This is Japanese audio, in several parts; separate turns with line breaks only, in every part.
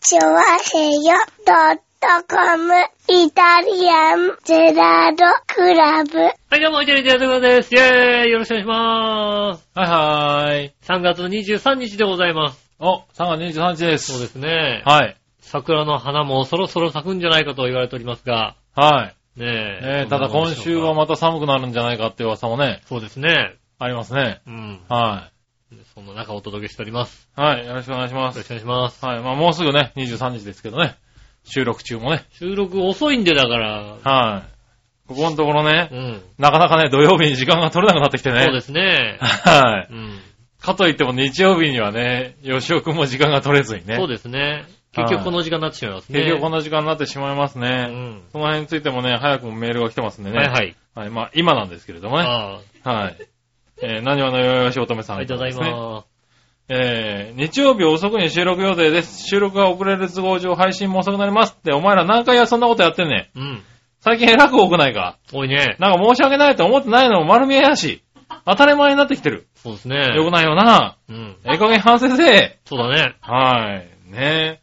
チョワヘヨドットコムイタリアンゼラードクラブ。
はい、どうも、イタリアンジェラートです。イェーイよろしくお願いしまーす。
はいはーい。
3月23日でございます。
お、3月23日です。
そうですね。
はい。
桜の花もそろそろ咲くんじゃないかと言われておりますが、
はい。
ねえ。
ねえ、
ど
た
んな
だ
もん
今
でし
週
ょうか
はまた寒くなるんじゃないかっていう噂もね、
そうですね。
ありますね。
うん。
は
そんな中お届けしております。
い。はい、よろしくお願いしま
よろし
す。
くお願いします。
はい、まあもうすぐね、23日ですけどね、収録中もね。
収録遅いんでだから、
はい。ここのところ
う
ね、
ん。
なかなかね、土曜日に時間が取れなくなってきてね。
そうですね。
は
うん。
い。かといっても日曜日にはね、吉尾くんも時間が取れずにね。
そうですね。結局この時間になってしまいますね。
結局この時間になってしまいます
う
ね。
ん。
その辺についてもね、早くもメールが来てますんでね。
はいはい。
はい、まあ今なんですけれどもね。
あ
はい。えー、何話のよよしおとめ
あ、
さん、
ありがとうございま
えー、日曜日遅くに収録予定です。収録が遅れる都合上配信も遅くなりますって、お前ら何回やそんなことやってんね
す。うん。
最近偉く多くないか。
多いね。
なんか申し訳ないと思ってないのも丸見えやし。当たり前になってきてる。
そうですね。
よくないよな。
うん。
ええ加減反省せえ。
そうだね。
はい。ねえ。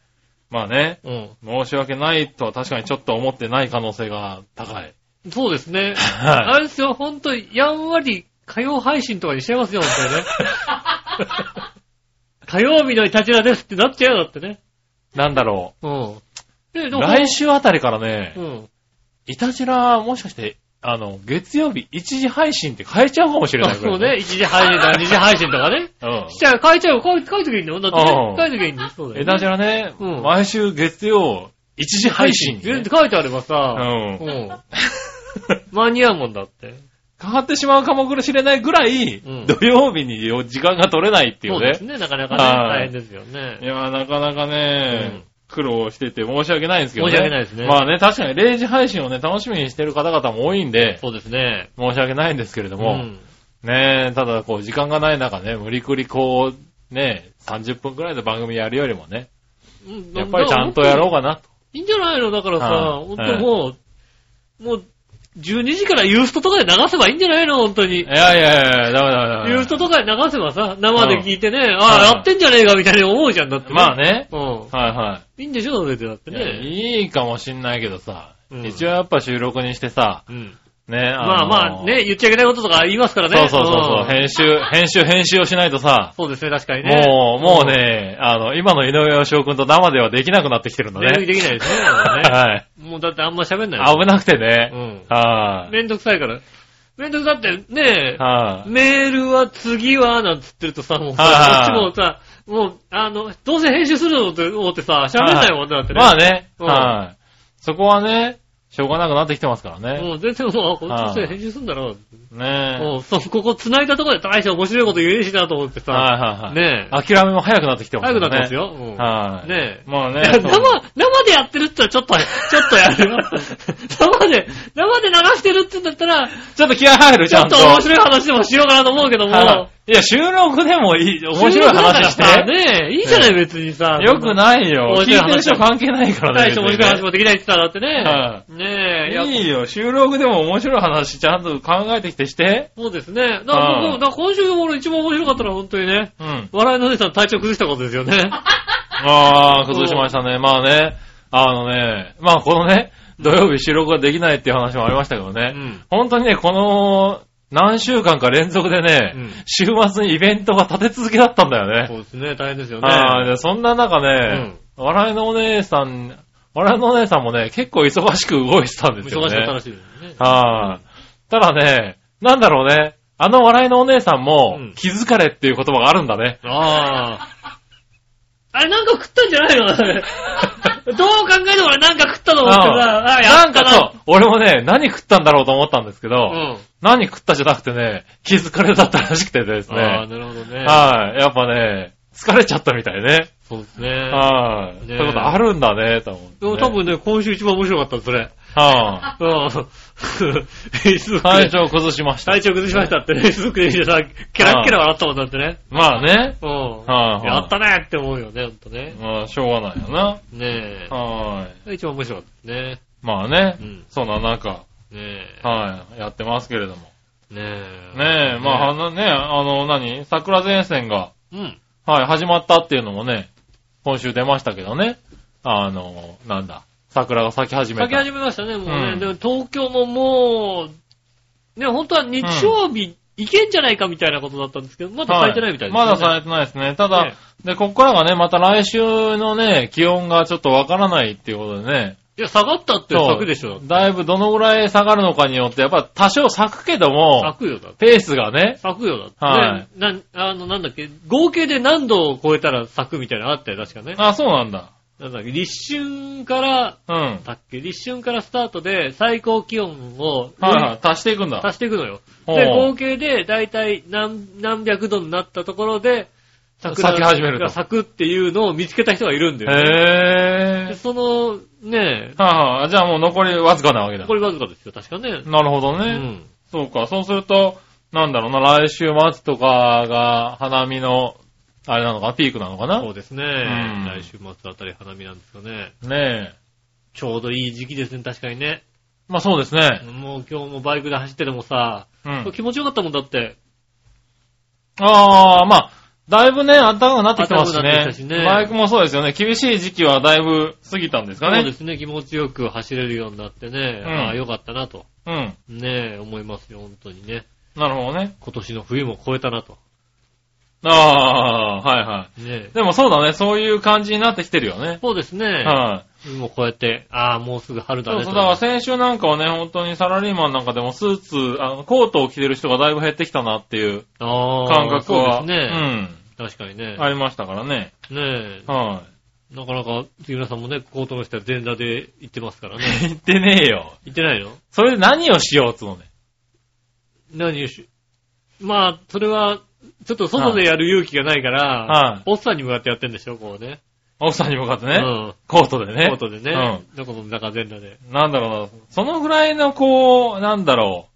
まあね。
うん。
申し訳ないとは確かにちょっと思ってない可能性が高い。
そうですね。
はい
あれですよ、ほんと、やんわり火曜配信とかにしちゃいますよ、ほんとにね。 火曜日のいたちらですってなっちゃうよ、だってね。
なんだろ
うん。で、
う。
でも
来週あたりからね、
うん。
いたじら、もしかして、あの、月曜日一時配信って変えちゃうかもしれ
あ
ないぐ
そ
ら
う
い
ね、1時配信と か2時配信とかね。
うん。
しちゃう、書いちゃう、書い書いときゃいいんだよ。だって
う
ね
ん、
書いときゃいいんだよ。そうだよ
え、だじらね、
うん
毎週月曜一時配信、
全然書いてあれば
う。
さ、うんん。間に合うもんだって。
かかってしまうかもしれないぐらい、
うん
土曜日によ時間が取れない ってい
そううで
ね。
すね、なかなかね、
はい
大変ですよ
い
ね。
やー、なかなかね、
うん
苦労してて申し訳ないんですけどね。
申し訳ないですね
まあね、確かに0時配信をね、楽しみにしてる方々も多いんで、
そうですね。
申し訳ないんですけれども、
うん
ねえ、ただこう、時間がない中ね、無理くりこう、ね30分くらいの番組やるよりもね、
うん
やっぱりちゃんとやろうかなと。
いいんじゃないのだからさ、
はい
ほんともう、もう、12時からユーストとかで流せばいいんじゃないの本当に
い。やいやいやいや、ダメダメダメ。
ユーストとかで流せばさ、生で聞いてね、あ
は
あ、や
い
ってんじゃねえかみたいに思うじゃんだって。
まあ。ね。
う
はいは
ん。いいんでしょだってだって
い。
ね。
いいかもしんないけどさ、
うん
一応やっぱ収録にしてさ、
うん。
ね、
まあ
の
まあ、。ね、言っちゃいけないこととか言いますからね。
そうそうそうそう、
ん
編集、編集、編集をしないとさ、
そうですね、確かにね。
もう、もうね、あの、今の井上義雄くんと生ではできなくなってきてるの
連絡
ね。
できないですね。だからね
はい。
もうだってあんま喋んない。
危なくて
う
ね。
ん。
はい。
めんどくさいから。めんどくさって、ねえ、
はい。
メールは次は、なんつってるとさ、もう
は
さ、
い
こっちもさ、もう、あの、どうせ編集するのって思ってさ、喋れないもんだってね。
まあね、
うん
はい。そこはね、しょうがなくなってきてますからね。
もう全然もう、こ
は
っ
い
ちで編集するんだろう。
ね
もう、そう、ここ繋いだところで大して面白いこと言えるしなと思って
え。はい
さ、
はいはい。
ねえ、
諦めも早くなってきてます
早
よね。
くなってますよ。うん
はい。
ねえ。
まあね
いや。生、生でやってるって言ったらちょっと、ちょっとやるよ。生で、生で流してるって言ったら、
ちょっと気合入る、ち
ちょ
ゃ
っ
んと。
と面白い話でもしようかなと思うけども
は、いいや、収録でもいい、面白い話し
収録だからさ
て。
ねえ、いいじゃない別にさ。
よくないよ。
面
聞
白
いて
い話
る人関係ないからね。
大して面白い話もできないって言ったらだって
は
ね。ねえ、いや、
いいよ。収録でも面白い話ちゃんと考えてきてして。
そうですね。だから
う
僕、
ん
だから今週の俺一番面白かったのは本当にね、
うん。
笑いのお姉さん体調崩したことですよね。
ああ、崩しましたね。まあね。あのね、まあこのね、土曜日収録ができないっていう話もありましたけど
う
ね。
ん。
本当にね、この、何週間か連続でね、
うん
週末にイベントが立て続けだったんだよね。
そうですね、大変ですよ
ああ、
ね。
でそんな中ね、笑いのお姉さん、笑いのお姉さんもね、結構忙しく動いてたんですよね。
忙しかったらしいですね。
はい、ただね、なんだろうね、あの笑いのお姉さんも、
うん
気づかれっていう言葉があるんだね。
ああ。あれなんか食ったんじゃないのあ れどう考えても俺なんか食ったと思ってさ、ああ、や
なん
った
か
な。
そう、俺もね、何食ったんだろうと思ったんですけど、
うん。
何食ったじゃなくてね、気づかれだったらしくてです
ああ、
ね。
なるほどね。
はい、やっぱね、疲れちゃったみたいね。
そうですね。
はい、
ね
そういうことあるんだね、と思って、
でも多分ね、今週一番面白かった、それ。
は
うん。
い、体調崩しました。
体調崩しましたってね、すごく見てさ、ケラッケラ笑ったもんだってね。
まあね。
うん。
はい
やったねって思うよね、ほんとね。
まあ、しょうがないよな。
ね
はー
え。
い。
一番面白かったね。
まあね、
うん
そんな中、
ね
はい、やってますけれども。
え。ねえ。
ねえ、まあ、あ
ね
のね、あの、何桜前線が、
えうん。
はい、始まったっていうのもね、今週出ましたけどね。あの、なんだ、桜が咲き始めた。
書き始めましたね、もうね。
うん
でも東京ももう、ね、本当は日曜日行けんじゃないかみたいなことだったんですけど、まだ咲いてないみたいですね。
まだ咲いてないですね。ただ、
ね
で、ここからがね、また来週のね、気温がちょっとわからないっていうことでね。
いや、下がったって咲くでしょ。
だいぶどのぐらい下がるのかによって、やっぱ多少咲くけども
咲、くよ、だって。
ペースがね、
咲くよ、だって。
はい
ねなん、あの、なんだっけ、合計で何度を超えたら咲くみたいなのあったよ、確かね。
あ、そうなんだ。
なんだっけ、立春から、
うん。
だっけ、立春からスタートで最高気温を、
はいはい、足していくんだ。
足していくのよ。
ほう
で、合計で、だいたい何、何百度になったところで、
咲き始めると
が咲くっていうのを見つけた人がいるんだよね。
へ
で
ぇ
その、ね
ー。はいはい、じゃあもう残りわずかなわけ
え、
だ。
これわずかですよ、確かね。
なるほど
う
ね。
ん。
そうか、そうすると、なんだろうな、来週末とかが花見の、あれなのかな、ピークなのかな
そうですね。
ん
来週末あたり花見なんですかね。
ねえ。
ちょうどいい時期ですね、確かにね。
まあそうですね。
もう今日もバイクで走っててもさ、
うん。
気持ちよかったもんだって。
ああ、まあ、だいぶね、暖かくなってきてますし
暖かくなって
ね
きたし。ね
バイクもそうですよね。厳しい時期はだいぶ過ぎたんですか
そう
ね。
ですね、気持ちよく走れるようになってね、
うん
ああ、よかったなと。
うん。
ねえ、思いますよ、本当にね。
なるほどね。
今年の冬も超えたなと。
ああ、はいは
ね
い。
え。
でもそうだね、そういう感じになってきてるよね。
そうですね。
はい。
もうこうやって、ああ、もうすぐ春だ
そう
ね
そ
と。
う、だから先週なんかはね、本当にサラリーマンなんかでもスーツ、あの、コートを着てる人がだいぶ減ってきたなっていう
ああ、
感覚は、
そうですね。
うん。
確かにね。
ありましたからね。
ね
は
え。なかなか、杉村さんもね、コートの人は前座で行ってますから ね。
い。言ってねえよ。
行ってないの
それで何をしようっつうのね。
何をし、まあ、それは、ちょっと外でやる勇気がないから、
はい
おっさんに向かってやってんでしょ、こうね。
奥さんに向かってね、
うん。
コートでね。
コートでね。どこも中全裸で。
うん。なんだろうな、そのぐらいのこう、なんだろ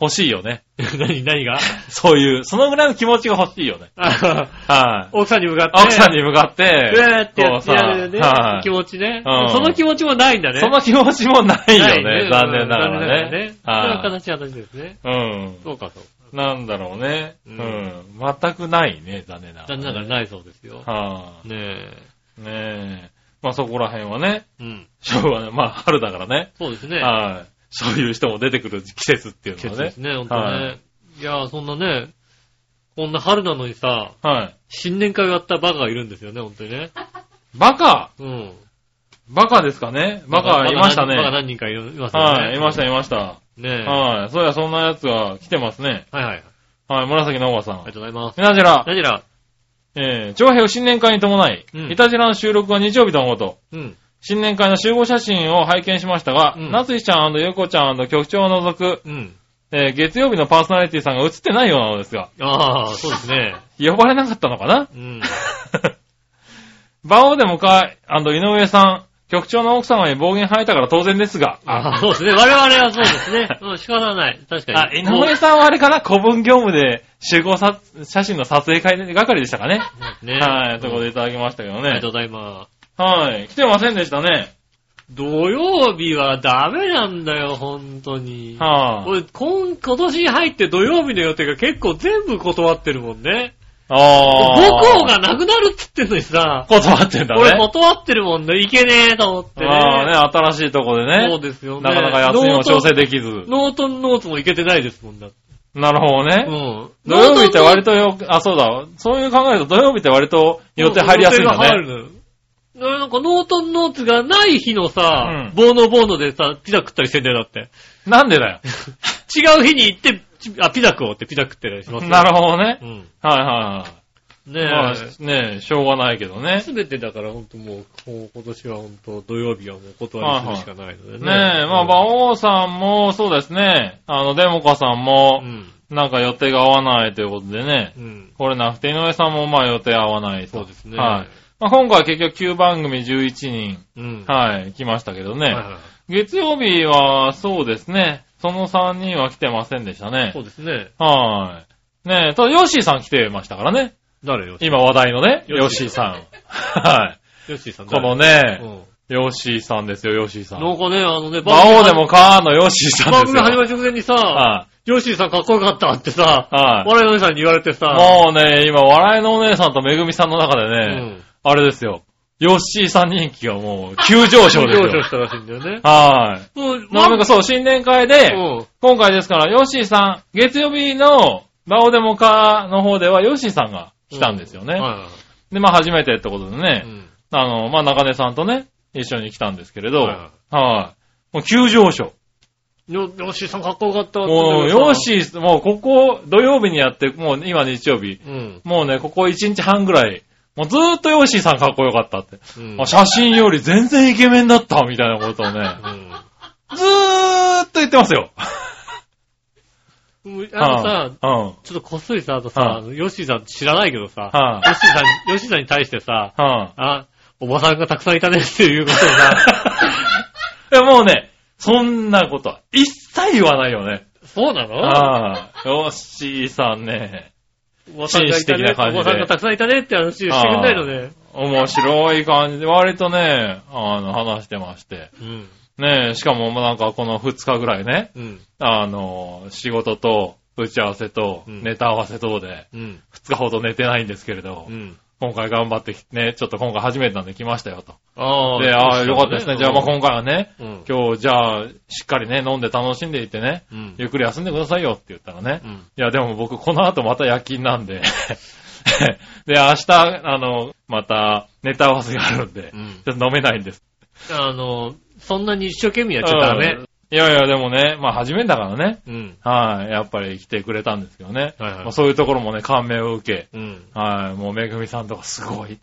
う、欲しいよね。
何、何が
そういう、そのぐらいの気持ちが欲しいよね。
あ
はい、
奥さんに向かって。
奥さんに向かって、
うわーってや
こ
ってやるね
う。さ
気持ちね、
うん
その気持ちもないんだね。
その気持ちもないよ
ない
ね。残念なが
残念ながら
らね。はい
ねそういう形ですね。
うん。
そうか、そう。
なんだろうね。う
うん
ん。全くないね、残念ながら
残
ね。
念ながらないそうですよ。
は
ねえ。
い。ねえ。まあそこら辺はね、
うん。
しょうがない。まあ春だからね。
そうですね。
はい。そういう人も出てくる季節っていう
季
の
節
はね
で。すね、ほんとね。、
はい
やー、そんなね、こんな春なのにさ、
はい。
新年会をやったバカがいるんですよね、ほんとにね。
バカ
うん。
バカですかねバカいました
バカ
ね。
何人かいるいますよね。
はい、いました、いました。
ねえ。はい
はい。そういや、そんな奴が来てますね。
はいはい。
はい、紫のおばさん
ありが。とうございます。
みなじら、
何やら、
えー、長平を新年会に伴い、
うん
いたじらの収録は日曜日とのこと。
うん。
新年会の集合写真を拝見しましたが、
うん
夏井ちゃんゆうこちゃん局長を除く、
うん。
えー月曜日のパーソナリティさんが映ってないようなのですが、
ああ、そうですね。
呼ばれなかったのかな
うん。
バオでもか井上さん、局長の奥様に暴言吐いたから当然ですが、
ああ、そうですね。我々はそうですね。うん、仕方ない。確かに。
あ、井上さんはあれかな古文業務で集合さ写真の撮影会で係でしたかね。
ね。
はい、
ん
ということでいただきましたけど
ありが
ね
とう。ございます。
はい、来てませんでしたね。
土曜日はダメなんだよ、本当に。
は
俺、今、今年に入って土曜日の予定が結構全部断ってるもんね。
あ。あ
母校
が
がなくなるって言ってんのにさ、
断ってんだね。
俺断ってるもんね。いけねえと思ってね。
ああね、新しいとこでね。
そうですよね。
なかなか休みも調整できず。
ノートンノートもいけてないですもんだって。
なるほど
う
ね。
ん。
土曜日って割とよ、あ、そうだ。そういう考えると土曜日って割と予定入りやすいんだ
予定が入
ね。
るのよ。なんか、ノートンノーツがない日のさ
う、ん
ボーノボーノでさ、ピザ食ったりしてんだよ、だって。
なんでだよ。
違う日に行って、ちあ、ピザ食おうってピザ食ってたりしますよ
なるほどね
う。ん。
はいはいはい。ま
ね
あ
え。
ねえ、しょうがないけどね。
すべてだからほんともう、こう今年はほんと土曜日はもうお断りするしかないのでね。
ねえ、まあ、馬王さんも、そうですね。あの、デモカさん
う
も、
ん。
なんか予定が合わないということでね。
うん。
これなくて、井上さんもまあ予定合わないと
そうですね。
はい。まあ、今回結局9番組11人、
うん。
はい、来ましたけどね。
はいはいは
月曜日は、そうですね。その3人は来てませんでした
い。
ね
そ。うですね。
はーい。ねえ、ただ、ヨッシーさん来てましたからね。
誰よ。
今話題のね、ヨ
ヨ
ッ
ッ
シ
シ
ー
ー
さん。はい。
ヨッシーさん
こ
誰
の
う
ね、
ん。
ヨッシーさんですよ、ヨッシーさ
なん
ん。
かね、あのね、
魔王でもかーのヨッシーさん
番
です
組
よ。
始まる直前にさ、
は
ヨッシーさんかっこよかったって
い。
さ、
はい。
笑いのおじさんに言われてさ、
もうね、今、笑いのお姉さんとめぐみさんの中で
う
ね、
ん
あれですよ。ヨッシーさん人気がもう、急上昇です
上昇
よ
し。たらしいんだよね。
は
も
い。なんかそう、新年会で、
うん
今回ですから、ヨッシーさん、月曜日の、ラオデモカの方では、ヨッシーさんが来たんですよね。
はいは
で、まあ、初めてってことで
いは
ね
い、うん
あの、まあ、中根さんとね、一緒に来たんですけれど、
はい
は、
はい
もう急上昇。
よ、よーしーさんかっこよかったわって
もう、
言
ヨ
っ
ッ
てた
シー、もうここ、土曜日にやって、もう今日曜日、
けどさうん。
もうね、ここ1日半ぐらい、もうずーっとヨッシーさんかっこよかったって。
うん
あ写真より全然イケメンだった、みたいなこと をね、ずーっと言ってますよ。
うん。あのさ、
うん。うん。
ちょっとこっそりさ、あと
は
さ
い、
あのヨッシーさん知らないけどさ、
は
ヨッシーさん、ヨッシーさんに対してさ、
うん。
あ、おばさんがたくさんいたねっていうことをさ、
いや、もうね、そんなことは一切言わないよね。
そうなの
ああ、ヨッシーさんね、
おばさんがいた
紳士的
ね
な、感
お
じで
ばさんがたくさんいたねって話してくんないのね。
面白い感じで、割とね、あの、話してまして。
うん。
ねえ、しかももうなんかこの2日ぐらいね、
うん。
あの、仕事と、打ち合わせと、
うん
ネタ合わせとで、
うん。
2日ほど寝てないんですけれど、
うん。
今回頑張ってきね、ちょっと今回初めてなんで来ましたよと。
あ
で、ああ、よかったですね。じゃあまあ今回はね、
うん。
今日じゃあ、しっかりね、飲んで楽しんでいってね、
うん。
ゆっくり休んでくださいよって言ったらね
う、ん。
いや、でも僕、この後また夜勤な んで。で、明日、あの、また、ネタ合わせがあるんで、
うん
ちょっと飲めないんです。
あの、そんなに一生懸命やっちゃダメ
う。んいやいや、でもね、まあ、初めてだからね。
うん。
はい、やっぱり来てくれたんですけどね。
はいはい
まあ、そういうところもね、感銘を受
う
け、
ん。
はい、もうめぐみさんとかすごい、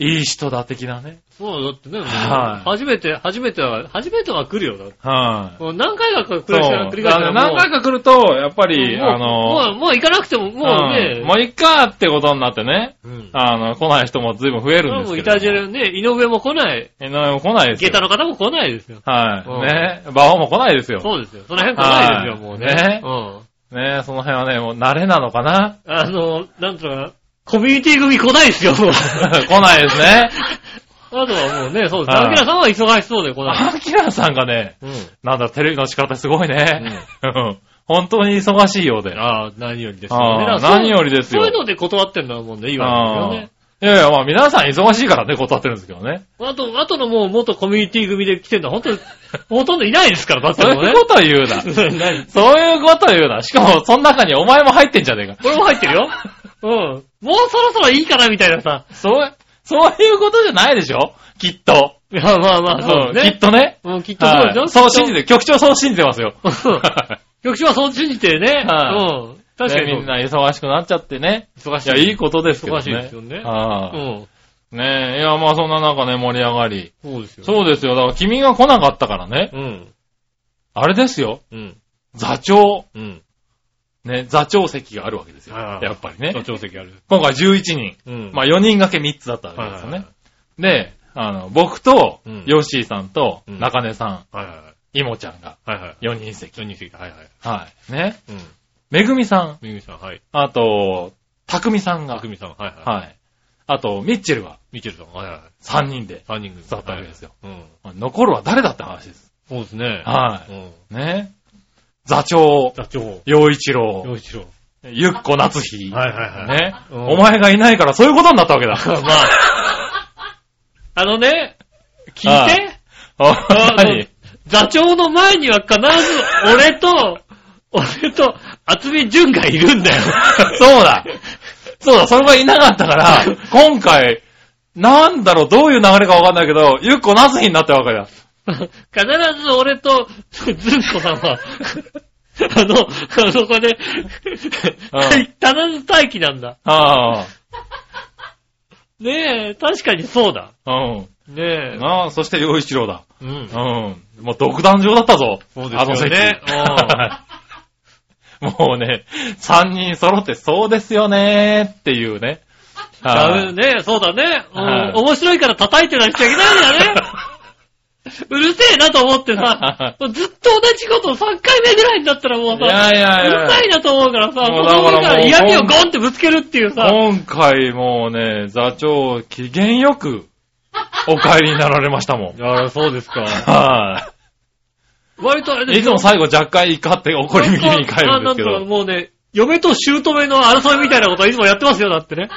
いい人だ的なね。
そうだってね、もう
はい
初めて、初めては、初めては来るよだって。
はい、
もう何回か
そう
繰り返したら繰り返したら
だから何回
か
か来ると、やっぱり、あの、
もう、もう行かなくても、もうね
ん、もういっかってことになってね、
うん。
あの、来ない人も随分増えるんです
もう
け
い
ど。
たじるね、井上も来ない。
え、なも来ないです
下
よ。
駄の方も来ないですよ。
はい。ね。
う
馬王も来ないですよ。
そうですよ。その辺来ないですよ、もう
はい
ね。うん。
ねその辺はね、もう慣れなのかな
あの、なんとか、コミュニティ組来ないですよ。あ
来ないですね。
とはもうね、そうです。
はい
アキラさんは忙しそうで来ない。
アキラさんがね、
うん。
なんだ、テレビの仕方すごいね。うん 本当に忙しいようで。
ああ、何よりですよね。だ
ああ
からそう
何よりですよ。
そういうので断ってんのはもうね、いいわけで
ああ
すよね。
いやいや、まあ皆さん忙しいからね、断ってるんですけどね。
あと、あとのもう元コミュニティ組で来てるのは本当に、ほとんどいないですから、だって
そう
もう
い
ね
う。こと言うな。
何
そういうこと言うな。しかも、その中にお前も入ってんじゃねえか。
これも入ってるよ。うん。もうそろそろいいかな、みたいなさ。
そう、そういうことじゃないでしょきっと。
いや、まあまあ、そう
きっ
ね。
とね。
うん、きっとそうでし
は
ょ
いそう信じて、局長そう信じてますよ。
うん局長はそう信じてね。
は
うん。確かに
ねみんな忙しくなっちゃってね。
忙し
いや、いいことですけどね。
忙しいですよね
は
う
い
ん。
ねえ、いや、まあそんな中ね、盛り上がり。
そうですよ。
そうですよ。だから君が来なかったからね。
うん。
あれですよ。
うん。
座長。
うん。
ね、座長席があるわけですよ。
ああ
やっぱり
座
ね。
長席ある。
今回11人。
うん
まあ4人掛け3つだったわけですよね。で、あの、僕と
うん、
ヨッシーさんと、
うん
中根さん、
はいは
イモちゃんが
い。はいはい。
4人席。
4人席。はいはい。
はい。ね。
うん。
めぐみさん、
めぐみさん、はい。
あと、たくみさん
あ
が
く、みさん、はいはい。
はい。あと、ミッチェルが
みちるさん、はいはい。
3人で、
3人組。
座ったわけですよ。
はい。うん。
残るは誰だって話です。
そうですね。
は
うん。
い。ね。座長、
座長、
洋一郎、
洋一郎。
ゆっこ夏日。
はいはいはい。
ね。
うん
お前がいないからそういうことになったわけだ。
ま あ、あのね、聞
あ
い
あ
て。
あ
あの
何
座長の前には必ず、俺と、俺と、厚み純がいるんだよ。
そうだ。そうだ、それがいなかった から、今回、なんだろう、どういう流れかわかんないけど、ゆっこ夏日になったわけだ。
必ず俺と、ずんこさんは、あの、あそこで、
あ
必ず待機なんだ。
あ
ねえ、確かにそうだ。
あ、うん。
ねえ。
なあ、そして洋一郎だ。
うん
う。ん。もう独壇場だったぞ。
そうですよね
あの席。もうね、3人揃ってそうですよねーっていうね。
だ
はい
ね、そうだね。うん
はい
面白いから叩いてなくちゃいけないんだ ね。うるせえなと思ってさ
は、
もうずっと同じことを3回目ぐらいになったらもうさ、
いやいやいや
うるさいなと思うからさ、
も
も
う
う
だからもう
だから嫌味をゴンってぶつけるっていうさ、
今回もうね、座長、機嫌よくお帰りになられましたもん。
ああ、そうですか。
は
割とあれ
い。いつも最後若干怒って怒り気味に帰るんですけ
あなんとか
ど。
もうね、嫁と姑の争いみたいなことはいつもやってますよ、だってね。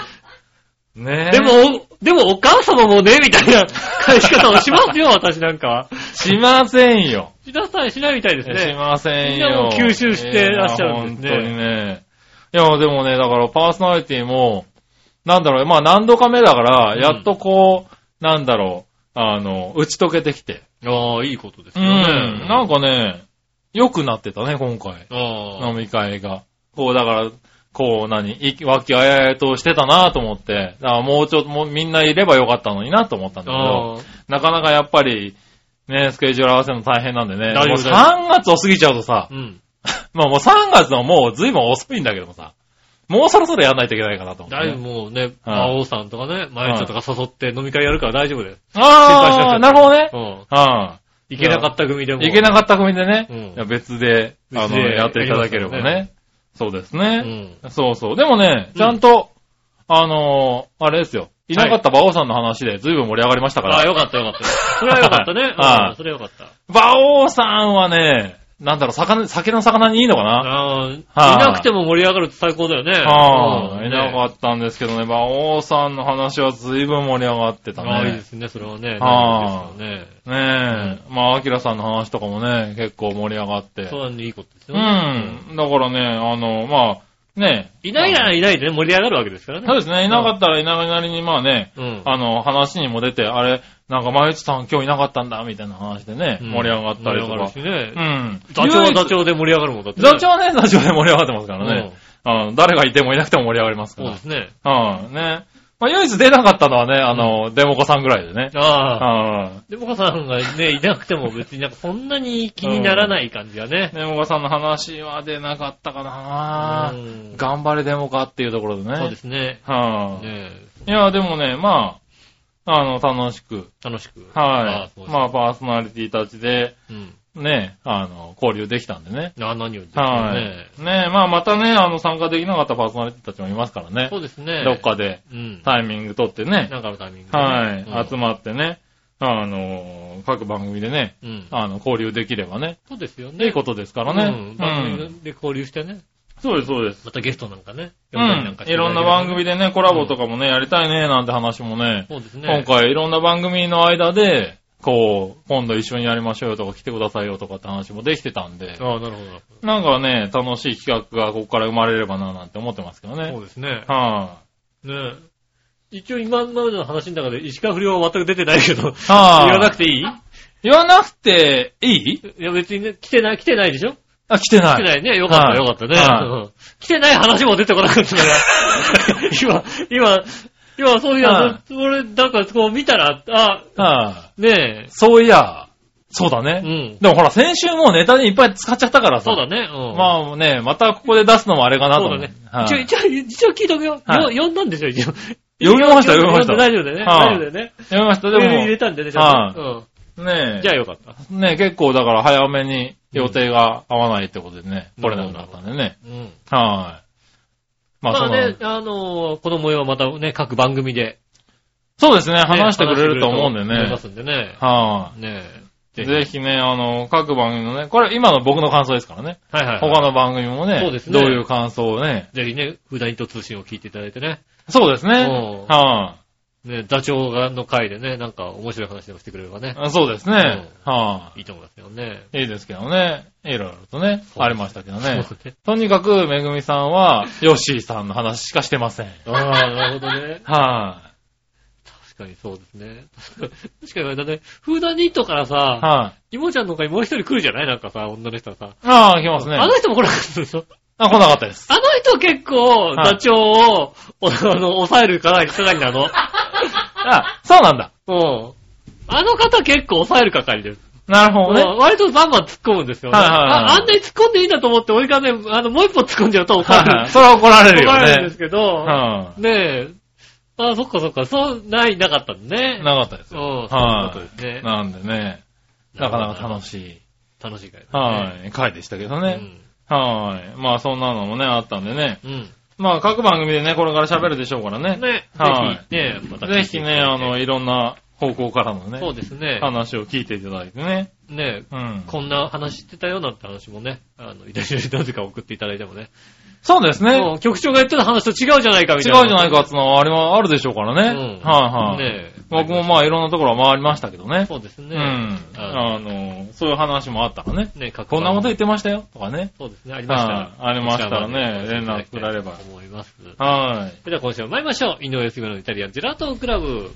ねえ
で、も、でもお母様もね、みたいな返し方をしますよ、私なんかは。
しませんよ。
しなさい、しないみたいです
し
ね。
ませ
み
んよ。
んなもう吸収してらっしゃるんですね
いや本当にね。いや、でもね、だからパーソナリティも、なんだろう、まあ何度か目だから、
うん
やっとこう、なんだろう、あの、打ち解けてきて。
ああ、いいことです
う
よ
ん。
ね。
なんかね、良くなってたね、今回。
ああ
飲み会が。こう、だから、こう何、い和気あいあいとしてたなと思って、だからもうちょっと、もうみんないればよかったのになと思ったんだけど、
ああ。
なかなかやっぱり、ね、スケジュール合わせるの大変なんでね、
大
も
丈
う
夫大
3月を過ぎちゃうとさ、
うん。
まあもう3月のもう随分遅いんだけどもさ、もうそろそろやんないといけないかなと思って
だ
ね、
いぶもうね、馬王さんとかね、マイちゃんとか誘って飲み会やるから大丈夫です。心配しなく
あ
て
あ、なるほどね
う。ん。
うん。
行けなかった組でも。
いけなかった組でね、
うん
いや別で、あ
別
の、
で
やっていただけれ
や
ば
りま
ね。そうです
う
ね、
ん。
そうそう。でもね、ちゃんと、あのーあれですよ。いなかった馬王さんの話で随分盛り上がりましたか
ああ、
ら。
よかったよかった。それはよかったね。
はい
うんそれはよかった。
馬王さんはね、なんだろう、魚、酒の魚にいいのかな
ああ、い
はい
なくても盛り上がるって最高だよね。
あ
う
あ、
ん
いなかったんですけどね、馬王さんの話は随分盛り上がってた
ああ、いいで
ね。
すね、それはね。
は
大事ですよね。
ねえ。まあ、アキラさんの話とかもね、結構盛り上がって。
そうなんでいいことです
う
よね。
ん。だからね、あの、まあ、ね
いないならいないでね盛り上がるわけですから
そう
ね。
ですね、いなかったらいないなりに、まあね、
うん。
あの、話にも出て、あれ、なんか、まゆちさん今日いなかったんだ、みたいな話でね、
うん
盛り上がったりとか。
盛り上がるし
う
ね。
ん。
座長は
唯一
座。長で盛り上がるもんだってね。
座長はね、座長で盛り上がってますからね。あの誰がいてもいなくても盛り上がりますか
うんそう
ら
で。すね。
うん、ね。まあ、唯一出なかったのはね、あの、デモコさんぐらいでね。
ああ。
うん。
で、もかさんがね、いなくても別になんかそんなに気にならない感じがね。
デモコさんの話は出なかったかな
うん
頑張れデモカっていうところでね。
そうですね。
はい、
ねえ
いや、でもね、まあ、あの、楽しく、
楽しく。ああ
は
そう
い。
です
まあ、パーソナリティたちで、
うん。
ね、あの、交流できたんでね。
ああ、何よりですよ
は
ね。
い。ねまあ、またね、あの、参加できなかったパーソナリティたちもいますからね
そ。うですね。
どっ。かで
うん。
タイミング取ってね。
なんかのタイミングでね。
はい。
うん
集まってね、あの、各番組でね、
うん。
あの、交流できればね、
そうですよね。
いいことですから
う
ね
ん。
う
番
ん。
組で交流してね。
そうです、そうです。
またゲストなんかね。
う
呼んだりなん
ん
か。して
いろんな番組でね、コラボとかもね、やりたいね、なんて話もね、
そうですね。
今回いろんな番組の間で、こう、今度一緒にやりましょうよとか来てくださいよとかって話もできてたんで、
ああ、なるほどなる
なんかね、楽しい企画がここから生まれればななんて思ってますけど
ほど。そ
ね。
うですね。
は
ねえ。一応今までの話の中で石川不良は全く出てないけど、
い。は
言
い。
わなくていい
言わなくていい
いや別にね、来てない、来てないでしょ
あ、来て
来
な
て
い。
ないね。よかっ
は
た、
い
よかったね
はい
うん。来てない話も出てこなかったから。 今、今、今、そうい
は
や、俺、なんかこう見たら、あ、
はい。
ね
そういや、そうだ
え、う
ね。
ん。
でもほら、先週もうネタにいっぱい使っちゃったからさ。
そうだね、うん。
まあね、またここで出すのもあれかなと
そう
思
だ
う。
ね。
はい
一応、一応、一応聞いとくよ。よ
はい
呼んだんでしょ、一応。
読みました、読みま
呼ん
した。
で大丈夫だよね。
は
大丈
い
夫だよね。
読みました、
メール入れ
で
たんでね、ちゃんと
も。
う
ねえ。
んじゃあよかった。
ねえ、結構だから早めに予定が合わないってことでね、
うん
来れなくなったんでね。
うん。
はい。まあ
ま
そ
あ
の、
ね、あのー、この模様はまたね、各番組で。
そうですね、話してくれると思うんで
話してくれると思い
ね
ま。すんでね。
は
ね
い。ぜ。ひね、あの、各番組のね、これ今の僕の感想ですからね。
はいはい。
他の番組もね、
そうですね
どういう感想をね。
ぜひね、普段糸通信を聞いていただいてね。
そうですね
お。う
は
ね、座長がの回でね、なんか面白い話でもしてくれればね
い、。そうですね。はい
いと思いますよね。
いいですけどね。いろいろとね、
すね
ありましたけどね
そう。ね
とにかく、めぐみさんは、ヨッシーさんの話しかしてません。はい、
ああ、なるほどね。確かにそうですね。確かにあれだね、フーダニットからさ、
はい、
イモちゃんの方にもう一人来るじゃないなんかさ、女の人はさ。
ああ、来ますね。
あの人も来なかったでしょ
あ、来なかった です。
あの人結構、
はい
座長を、おあの、抑える係、係な の。
あ、そうなんだ。
うん。あの方結構抑える係です。
なるほど
うん
ね。
割とバンバン突っ込むんですよね。
はいはいはい
ああんなに突っ込んでいいんだと思って、俺がね、あの、もう一歩突っ込んじゃうと抑え
はいは
る
い。。 それは怒られる
怒
よ
られるんで
ね
す。けど、
は
ねえ。あ、そっかそっか、そう、ない、なかったんで
い。
ね。
なかったです
そう
よ。、
そういうことですね。
なんでね、なかなか楽しい、
楽しいからね。
はい、回でしたけどね。はい。まあ、そんなのもね、あったんでね。
うん。うん。
まあ、各番組でね、これから喋るでしょうからね。
ね、
はい
ぜひね、また聞
ぜ
いて
ひ
いただいて
ね、あの、、いろんな方向からの
そう
ね、
ですね。
話を聞いていただいてね。
ね、
うん。
こんな話してたよなんて話もね、あの、いたしなぜか送っていただいてもね、
そうですね。
うん局長が言ってた話と違うじゃないかみ
違
た
う
い
じ
な。
ゃないかってのはあれはあるでしょうからね。
うん
はいはい。
ねえ。
僕もまあいろんなところは回りましたけどね。
そうですね。
うん。
あ
あの、そういう話もあったらね。
のね、
こんなこと
で。
言ってましたよとかね。
そうですね、ありましたら。
あありましたら
こ
ね
ちらまで
連絡くれれば
と思います。
はい。
それでは今週も参りましょう。井上杉村のイタリアンジェラートクラブ。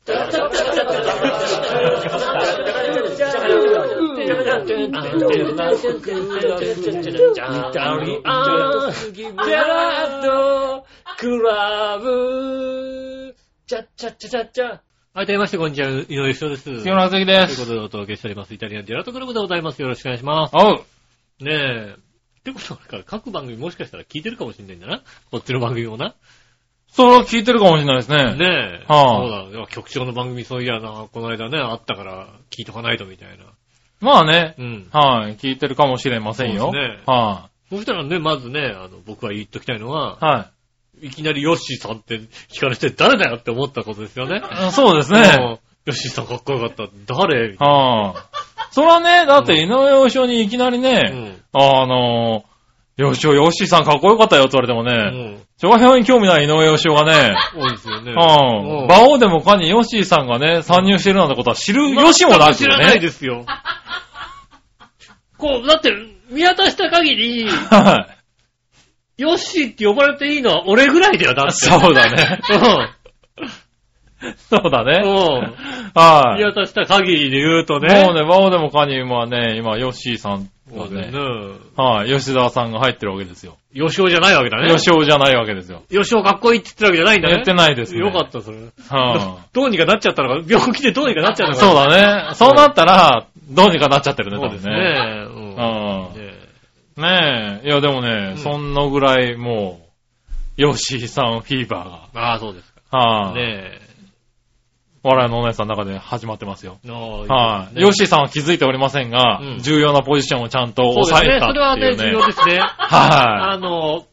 はい、どうまして、こんにちは。井上杉村です。
杉村和樹で
というこ
す。
とでお届けしております。イタリアンジェラートクラブでございます。よろしくお願いします。
おう。
ねえ。ってことだから、各番組もしかしたら聞いてるかもしれないんだな。こっちの番組もな。
それは聞いてるかもしれないですね。
ねえ。
は
そうだ。いや局長の番組そういやな、この間ね、あったから、聞いとかないとみたいな。
まあね
う。ん。
はい。聞いてるかもしれません
そ
よ。
うですね
は
そしたらね、まずね、あの、僕は言っときたいのは、
い。はい
きなりヨッシーさんって聞かれて誰だよって思ったことですよね。
い。そうですね。
もうヨッシーさんかっこよかった。誰みたい
はい。それはね、だって井上洋雄にいきなり
な。
ね、あの、よしお、よしさんかっこよかったよって言われても
う
ね、
ん。
諸外表に興味ない井上洋雄がね、
うん。多いですよね。う
う
ん
ん。馬王でもかにヨッシーさんがね、参入してるなんてことは知るよしもなく
知らない
ね。
ですよ。こう、だって、見渡した限り、
はい。
ヨッシーって呼ばれていいのは俺ぐらいだよ、だって。
そうだね。 そうだ
うん。
ね。
うん。
は
見
い。
渡した限りで言うとね。
もうね、馬王でもかに今ね、今ヨッシーさん
そ
が
うだよ
ね、
ね。
はい、吉沢さんが入ってるわけですよ。
よしおじゃないわけだね。
よしおじゃないわけですよ。
よしおかっこいいって言ってるわけじゃないんだね。
言ってないですね
よかった、それ。
は
どうにかなっちゃったのか、病気でどうにかなっちゃった
い。
のか。
そうだね。そうなったら、どうにかなっちゃってるね、
そう
多
で
分
すね。
ね。
うん。
うん。
ね
ねえ。いや、でも
う
ね、
ん
そんなぐらい、もう、ヨッシーさんフィーバ
ああ、そうです
ーが、は
か。
い、
ね
笑いのお姉さんの中で始まってますよ。
え。の
はい、
ね
ヨッシーさんは気づいておりませんが、
うん
重要なポジションをちゃんと
そう
抑
です
え
ね。
たっ
そ
て
れはね、
いうね。
重要ですね。
は
あの、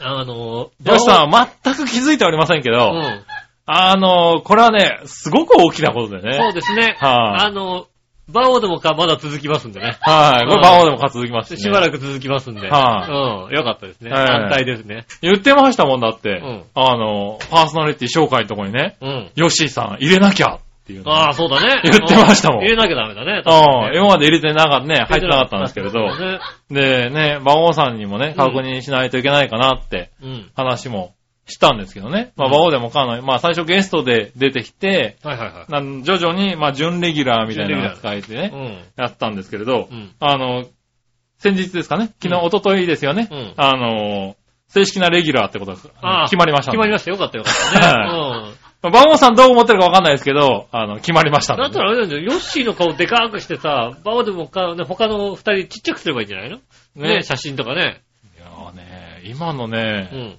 あの、
い。ヨッシーさんは全く気づいておりませんけど、
うん。
あの、これはね、すごく大きなことで
そう
ね。
ですね。
はい
あの、バオでもか、まだ続きますんでね。
はい。これ、バオでも活続きましたね。
しばらく続きますんで。
は
うん。よかったですね。
はい
反対ですね。
言ってましたもんだって、
うん
あの、パーソナリティ紹介のとこにね、
うん。
ヨッシーさん入れなきゃっていうの
ああ、そうだね。
言ってましたもん
入れなきゃダメだね。
うん、
よ
今まで入れてなかったね、入ってなかったんですけれど。
ね。
で、ね、馬王さんにもね、確認しないといけないかなって
うん。
話もしたんですけどね。まあ、馬王でもかなり、まあ、最初ゲストで出てきて、
はいはいは
なん徐々に、まあ、準レギュラーみたい
準レギュ
な
ラー
扱いで
い。
ね、やったんですけれど
うん。う、ん。
あの、先日ですかね、昨日、
うん
一昨日ですよね、
うん
あの、正式なレギュラーってことがあの決まりまし
決
たんで。
まりました。よかったよかったね。
まあ馬王さんどう思ってるかわかんないですけど、あの、決まりまし
う
た
ん。
んで
だ
ね、
ったらあれだよね、ヨッシーの顔でかーくしてさ、バオでもか、ね、他の二人ちっちゃくすればいいんじゃないのね、
ね
写真とかね。
いやーね、今のね、
うん。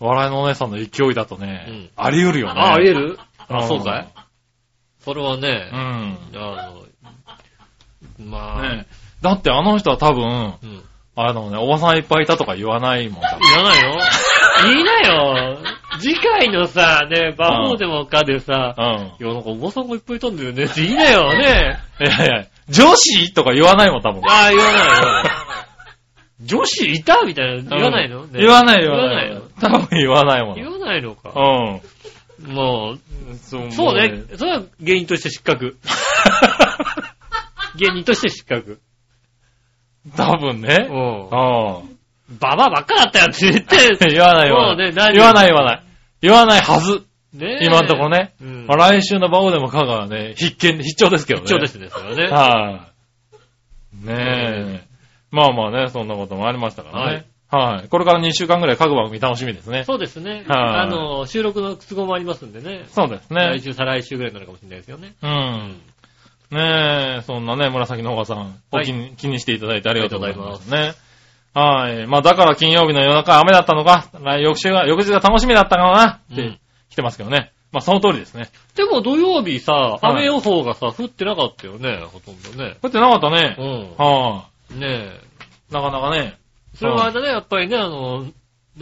笑いのお姉さんの勢いだとね、
うん
あり得るよね。
ああ、ありえ
る。
るあ、そうかいそれはね
う、ん。
あの、まあ、
ねだってあの人は多分、
うん。
あのね、おばさんいっぱいいたとか言わないもんだ。
いらない よ。言いなよ。次回のさ、ね、バフォーでもかでさ、
うん。
いや、なんかおばさんがいっぱいいたんだよねって言いなよね。
いやいや、女子とか言わないもん、多分。
ああ、言わないよ。 女子いたみたいな。言わないの、
うん
ね
言わない、言わ
言
ない
わ。
多分言わないも
言
ん。
わないのか。
う
もう、
ん。そう
そうね。。それは芸人として失 格。芸人として失格。
多分
う
ね。
ん
う。ん。
ババアばっかだったよって 言って。
言わない、言
も
わ
う
な
ね、
い。言わない、言わない。言わないはず。
い。ねえ
今のところ。ね。
うん。
まあ来週の場をでもかがね、必見、必聴ですけどね。
一応ですね、それはね。
はい。ねえ。まあまあね、そんなこともありましたからね。はい。これから2週間ぐらい各番組楽しみですね。
そうですね。
はい
あの、収録の都合もありますんでね。
そうです
来
ね。
週、再来週ぐらいになるかもしれないですよね。
うん。ねえ、そんなね、紫のおばさん、お気に気にしていただいてありがとうございますね。はい。まあだから金曜日の夜中雨だったのか、来翌週が、翌日が楽しみだったのかなっ
うん
て来てますけどね。まあその通りですね。
でも土曜日さ、
い
雨予報がさ、降ってなかったよね、ほとんどね。
降ってなかったね。
う
は
ん。ねえ。
い。なかなかね。
それはあれだね、やっぱりね、あの、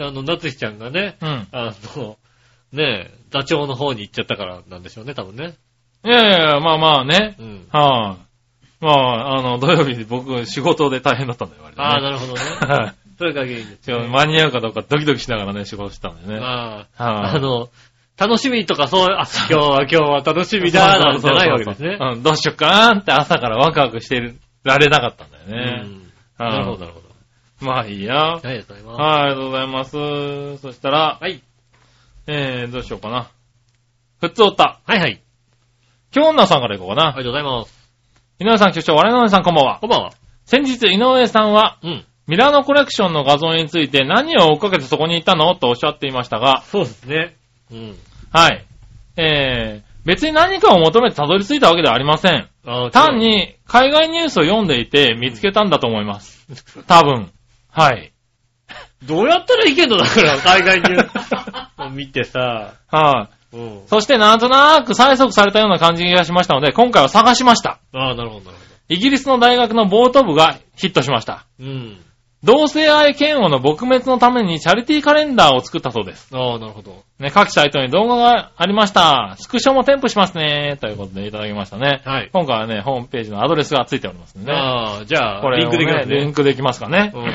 あの、夏日ちゃんがね、
うん。
あの、ねえ、ダチョウの方に行っちゃったからなんでしょうね、多分ね。
いやいやいや、まあまあね。
うん。
はい、まあ、あの、土曜日僕、仕事で大変だったんだよ、割とね
ああ、なるほどね。
はい
それが原因です、
違う間に合うかどうかドキドキしながらね、仕事してたんでね。はい、
あああの、楽しみとかそう、あ、今日は今日は楽しみ
そう
だ、
そ
なん
う
じ
そう
ゃないわけですね。
うん、どうしよっかなーって朝からワクワクしてるられなかったんだよ
う
ね。
んなるほど、なるほど。
まあいいや。
ありがとうございま
はい、ありがとうございます。そしたら、
す。はい。
えー、どうしようかな。ふっつおった。
はいはい。
今日女さんからいこうか
あ
な。
りがとうございます。
井上さん、局長、我々の皆さんこんばんは。
こんばんは。
先日、井上さんは、
うん。
ミラノコレクションの画像について何を追っかけてそこに行ったのとおっしゃっていましたが、
そうですね。うん。
はい。えー、別に何かを求めてたどり着いたわけではありません。
あー
単。に、海外ニュースを読んでいて見つけたんだと思います。多分。はい。
どうやったらいけんのだから、海外ニュ ース見てさ。
はい、
うん。
そして、なんとなく催促されたような感じがしましたので、今回は探しました。
ああ、なるほど、なるほ
イギリスの大学のボート部がヒットしました。
ど。うん。
同性愛嫌悪の撲滅のためにチャリティーカレンダーを作ったそうです。
ああ、なるほど。
ね、各サイトに動画がありました。スクショも添付しますね。ということでいただきましたね。
はい。
今回はね、ホームページのアドレスがついておりますんでね。
ああ、じゃあ、
これ、
リンクできます
リン
ね。
クできますかね。
うん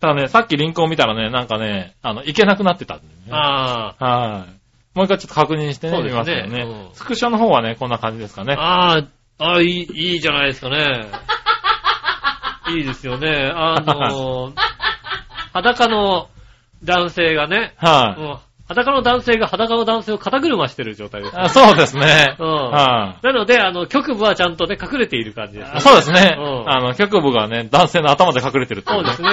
ただね、さっきリンクを見たらね、なんかね、あの、いけなくなってたんでね。
あ
はい。もう一回ちょっと確認してね、
そうで
見
すね
ますよね。
うん
スクショの方はね、こんな感じですか
あ、
ね。
ああ、ああいい、いいじゃないですか ね。いいですよね。あ のー、裸の男性がね、
はい。
うん裸の男性が裸の男性を肩車してる状態ですね、
あそうですね。
うん
は
なので、あの、局部はちゃんとね、隠れている感じですね
い。そうですね
う。ん
あの、局部がね、男性の頭で隠れてるってい
そうですね。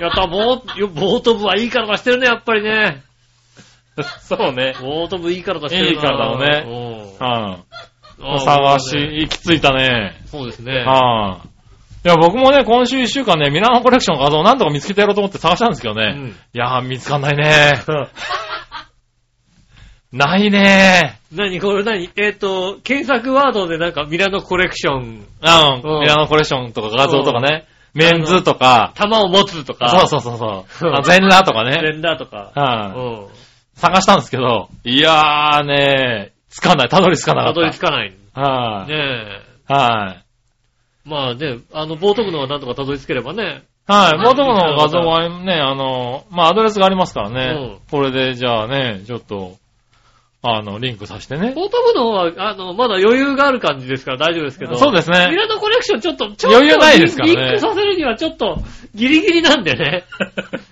やった、ボーよボート部はいい体してるね、やっぱりね。
そうね。
ボート部いい体してるな。
いい体をね
ね
うん。探し、行き着いたね。
そうですね。
はい。いや、僕もね、今週一週間ね、ミラノコレクションの画像をなんとか見つけてやろうと思って探したんですけど
う
ね。
ん
いやー、見つかんない ね。ないね
何これ何えっ、と、検索ワードでなんかミラノコレクション、
ー。
う
うんん。ミラノコレクションとか画像とかね。メンズとか。
玉を持つとか、
そうそうそうそう
うん
あ。全裸とかね。
レンダーとか、
はい。
うん。
探したんですけど、いやーねつかない。たどり着かな
た
かった。
どり着かない。ね
はい。
え。
はい。
まあね、あの、冒頭部のはなんとかたどり着ければね。
はい。もともの画像はね、あの、まあ、アドレスがありますから
うん
ね。これで、じゃあね、ちょっと、あの、リンクさせてね。
冒頭部の方は、あの、まだ余裕がある感じですから大丈夫ですけど。
そうです
ミ
ね。
ラノコレクションちょっと、ちょっと
余裕ないですからね
リンクさせるにはちょっとギリギリなんでね。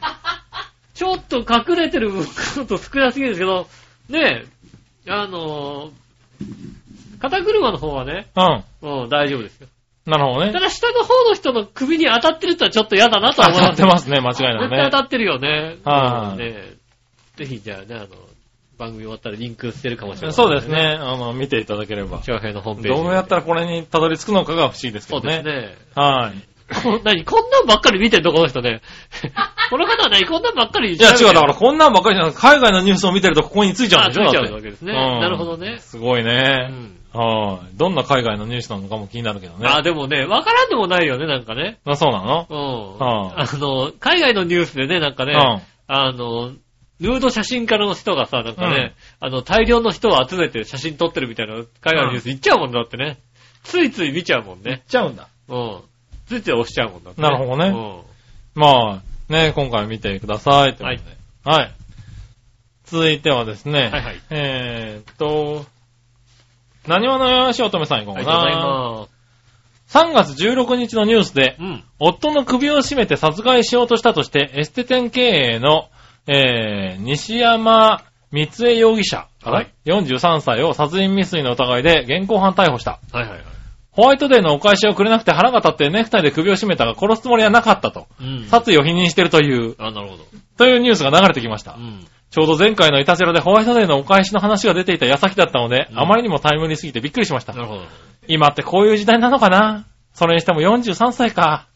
ちょっと隠れてる部分ちょっと少なすぎるんですけど、ねえ、あのー、肩車の方はね、
うん。
うん、大丈夫ですよ。
なるほど
た
ね。
だ下の方の人の首に当たってるとはちょっと嫌だなと
当
は思い
た
ま
っ
す。
てますね、間違いな
絶
く
対
ね
当。たってるよね。
はい
うんねえぜひじゃあね、あの、番組終わったらリンクしてるかもしれない、
そうです。ね。あの、見ていただければ。
長平のホームページ
ど
に。
うやったらこれにたどり着くのかが不思議ですけ
そう
ど
で
ね。
すね。
はい。
こんなに、こんなんばっかり見てんの、この人ね。 この方はね、こんなんばっかり
いや、違う。だから、こんなんばっかりじゃなくて、海外のニュースを見てるとここについちゃうんでしょ
あついちゃう
だって
わけですね
ん
なるほどね
すごいうね。
ん。
はい。どんな海外のニュースなのかも気になるけどね。
あ、でもね、わからんでもないよね、なんかね。
あ、そうなの
うん。
あ
あの、海外のニュースでね、なんか
う
ね、
ん。
あの、ヌード写真家の人がさ、なんかね、あの、大量の人を集めて写真撮ってるみたいな海外のニュース行っちゃうもんだってね。ついつい見ちゃうもんね。
ちゃうんだ。
うん。ついつい押しちゃうもんだって、
なるほどね
うん。
まあ、ね、今回見てください。ということで。はい。続いてはですね。
はいはい
えーっと、何話のよしおとめさんいこう
あ
か
りがとうござい
な。
ます。
3月16日のニュースで、
うん。
夫の首を絞めて殺害しようとしたとして、エステ店経営の、えー、西山光恵容疑者、
はい
43歳を殺人未遂の疑いで現行犯逮捕した。
はいはいはい。
ホワイトデーのお返しをくれなくて腹が立ってネクタイで首を絞めたが殺すつもりはなかったと、
うん。
殺意を否認しているという、
あ、なるほど。
というニュースが流れてきました
う。ん。
ちょうど前回のイタセラでホワイトデーのお返しの話が出ていた矢先だったので、
うん
あまりにもタイムリーすぎてびっくりしました
な。るほど。
今ってこういう時代なのかなそれにしても43歳か。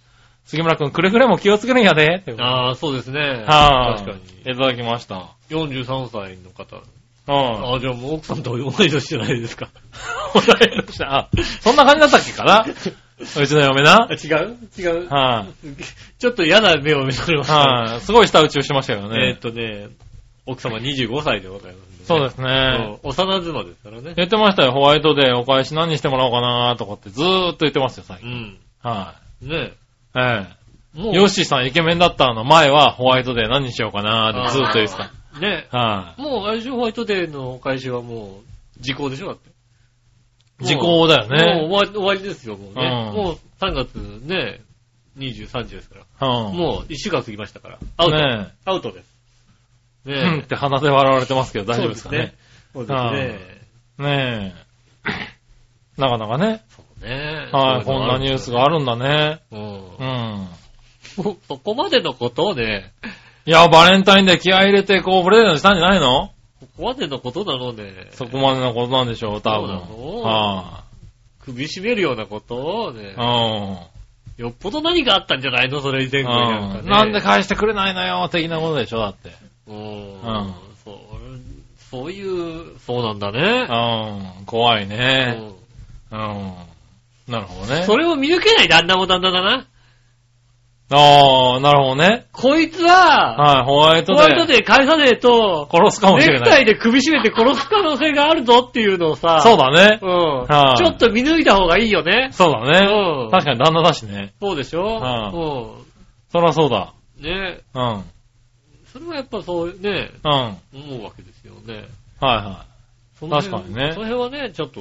杉村くん、くれぐれも気をつけるんやで。ということで
ああ、そうですね。
はい、
確かに。
いただきました。
43歳の方。
うん。
ああ、じゃあもう奥さんと同い年じゃないですか。
お題でした。あそんな感じだったっけか なうちの嫁な。はい、
違う違う。ちょっと嫌な目を見されました。
はい、すごい舌打ちをしましたよ
えー
ね
っ。とね、奥様25歳でございますんね
そうですね。
うん幼妻ですからね。
言ってましたよ、ホワイトデーお返し何にしてもらおうかなとかってずーっと言ってますよ、最
う
近。
ん。
は
ね
い、ええ
も
ヨッシーさんイケメンだったの前はホワイトデー何にしようかなーってずっと言ってた。
う、ね、
はい、
もう、あれでしょ、ホワイトデーの開始はもう、時効でしょ、だって。もう
時効だ
も
よ
う
ね。
終わり終わりですよ、もうね。
うん
もう3月ね、23日ですから。
うん。
もう1週間過ぎましたから。アウト。
ね
アウトです。ね
え。
え
うんって鼻で笑われてますけど大丈夫ですかね。
そうですね。
ねえ。なかなかね。
そうですね。
は
そう
い、
うの
こんなニュースがあるんだね。
うん。
うん。
もう そこまでのことをね、
いや、バレンタインデー気合い入れて、こう、プレゼントしたんじゃないの
ここまでのことなので、
そこまでのことなんでしょう、多
そうな
分。
の
は
首絞めるようなことをね
い、うん。
よっぽど何があったんじゃないのそれ以前後になんかね。
うんなんで返してくれないのよ、的なことでしょ、だって。
うん。
ん
そう、そういう、そうなんだね。
うん、怖いうね。
ん
うん。なるほどね。
それを見抜けない旦那も旦那だな。
ああ、なるほどね。
こいつは、
はい、ホワイ
ホ
ト
ワイト
で
デー返さねえと、
殺すかもし
ネ
れ
クタ
ない。
イで首絞めて殺す可能性があるぞっていうのをさ、
そうだね。
うん。
は
ち
い
ょっと見抜いた方がいいよね。
そうだ
うん
ね。確かに旦那だしね。
そうでしょ
は
う
そらそうだ。
ん。ね
うん。うん。
それはやっぱそうね、
はい
思うわけですよね。
は
その辺
確かにね
その辺はね、ちょっと、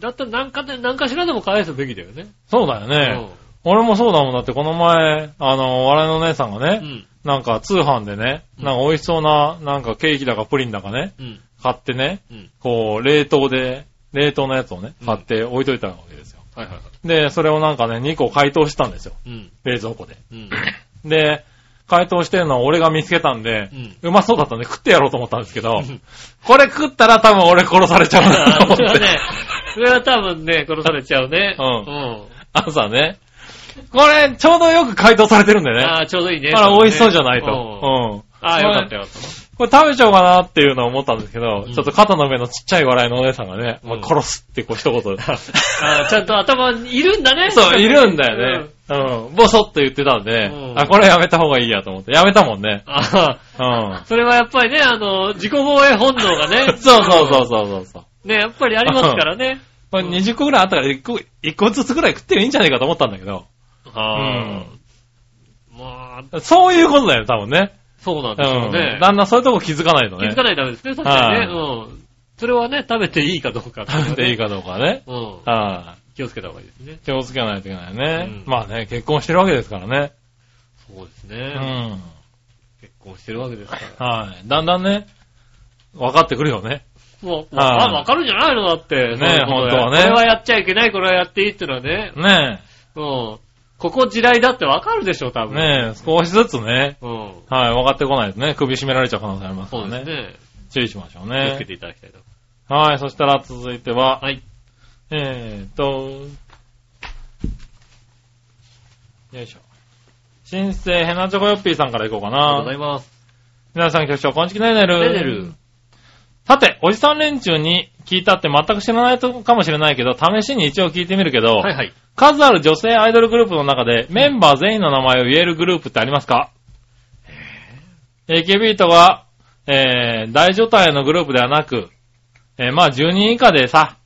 だったら何かで、何かしらでも返すべきだよね。
い。そうだよね。俺もそうだもんだって、この前、あの、お笑いのお姉さんが
うん。う
ね、
ん。
なんか通販でね、
うん
なんか美味しそうな、なんかケーキだかプリンだかね、
うん。
買ってね、
うん。
こう、冷凍で、冷凍のやつをね
う、ん
買って置いといたわけですよ。
はいはいはい。
で、それをなんかね、2個解凍したんですよ。
うん。
冷蔵庫で。
うん。
で、解凍してるのを俺が見つけたんで、うまそうだったんで食ってやろうと思ったんですけど
ん、
これ食ったら多分俺殺されちゃうな
あ
と
ーそれ
思っ
は
て。
ね、それは多分ね、殺されちゃうね。
うん
うん。
朝ね。これ、ちょうどよく解凍されてるんでね。
ああ、ちょうどいいね。
だから美味しそうじゃないと。
う
うんん。
ああ、よかったよかっ
これ食べちゃおうかなっていうのを思ったんですけど、
うん
ちょっと肩の上のちっちゃい笑いのお姉さんがね、
うん
もう殺すってこう 一言。
た。ああ、ちゃんと頭にいるんだね。
そう、いるんだよね。うん。ボソッと言ってたんで、
うん
あ、これやめた方がいいやと思って。やめたもんね。
うん。あ
うん。
あ、。それはやっぱりね、あの、自己防衛本能がね
そうそうそうそうそうそう。
ね、やっぱりありますからね。
これ20個ぐらいあったから1個、一個ずつぐらい食ってるいいんじゃないかと思ったんだけど。
ああ。まあ、
そういうことだよね、多分ね。
そうなん
う。
でしょうんね。
旦那そういうとこ気づかないと
気
ね。
づかないとダメですね、確かにね。
は
うん。それはね、食べていいかどうかってうね
食べていい。かどうかね。
うん。
は
気をつけた方がいいですね
い。。気をつけないといけないね。
うん
まあね、結婚してるわけですからね。
そうです
う
ね。
ん。
結婚してるわけですから。
はい。だんだんね、分かってくるよね。
もう、
はい
わわかるんじゃないのだって。
ねえ
そういうこと
本当はね
これはやっちゃいけない、これはやっていいってのはね。
ね
うん。ここ地雷だってわかるでしょ、多
え。
分。
ねえ、少しずつね。
うん。
はい、分かってこないとね、首絞められちゃう可能性あります
そ
から
うです
ね。
ね。
注意しましょ
気を
う
つけ
ね。
ていただきたいと。
はい、そしたら続いては、
はい。
えーっと、よいしょ。新生ヘナチョコヨッピーさんからいこうか
ありがとうござ
な。
います。
皆さん局長、こんちきねねる。
ねねる
さて、おじさん連中に聞いたって全く知らないとかもしれないけど、試しに一応聞いてみるけど、
はいはい。
数ある女性アイドルグループの中で、メンバー全員の名前を言えるグループってありますか ?AKB とは、えー、大所帯のグループではなく、えー、まあ10人以下でさ、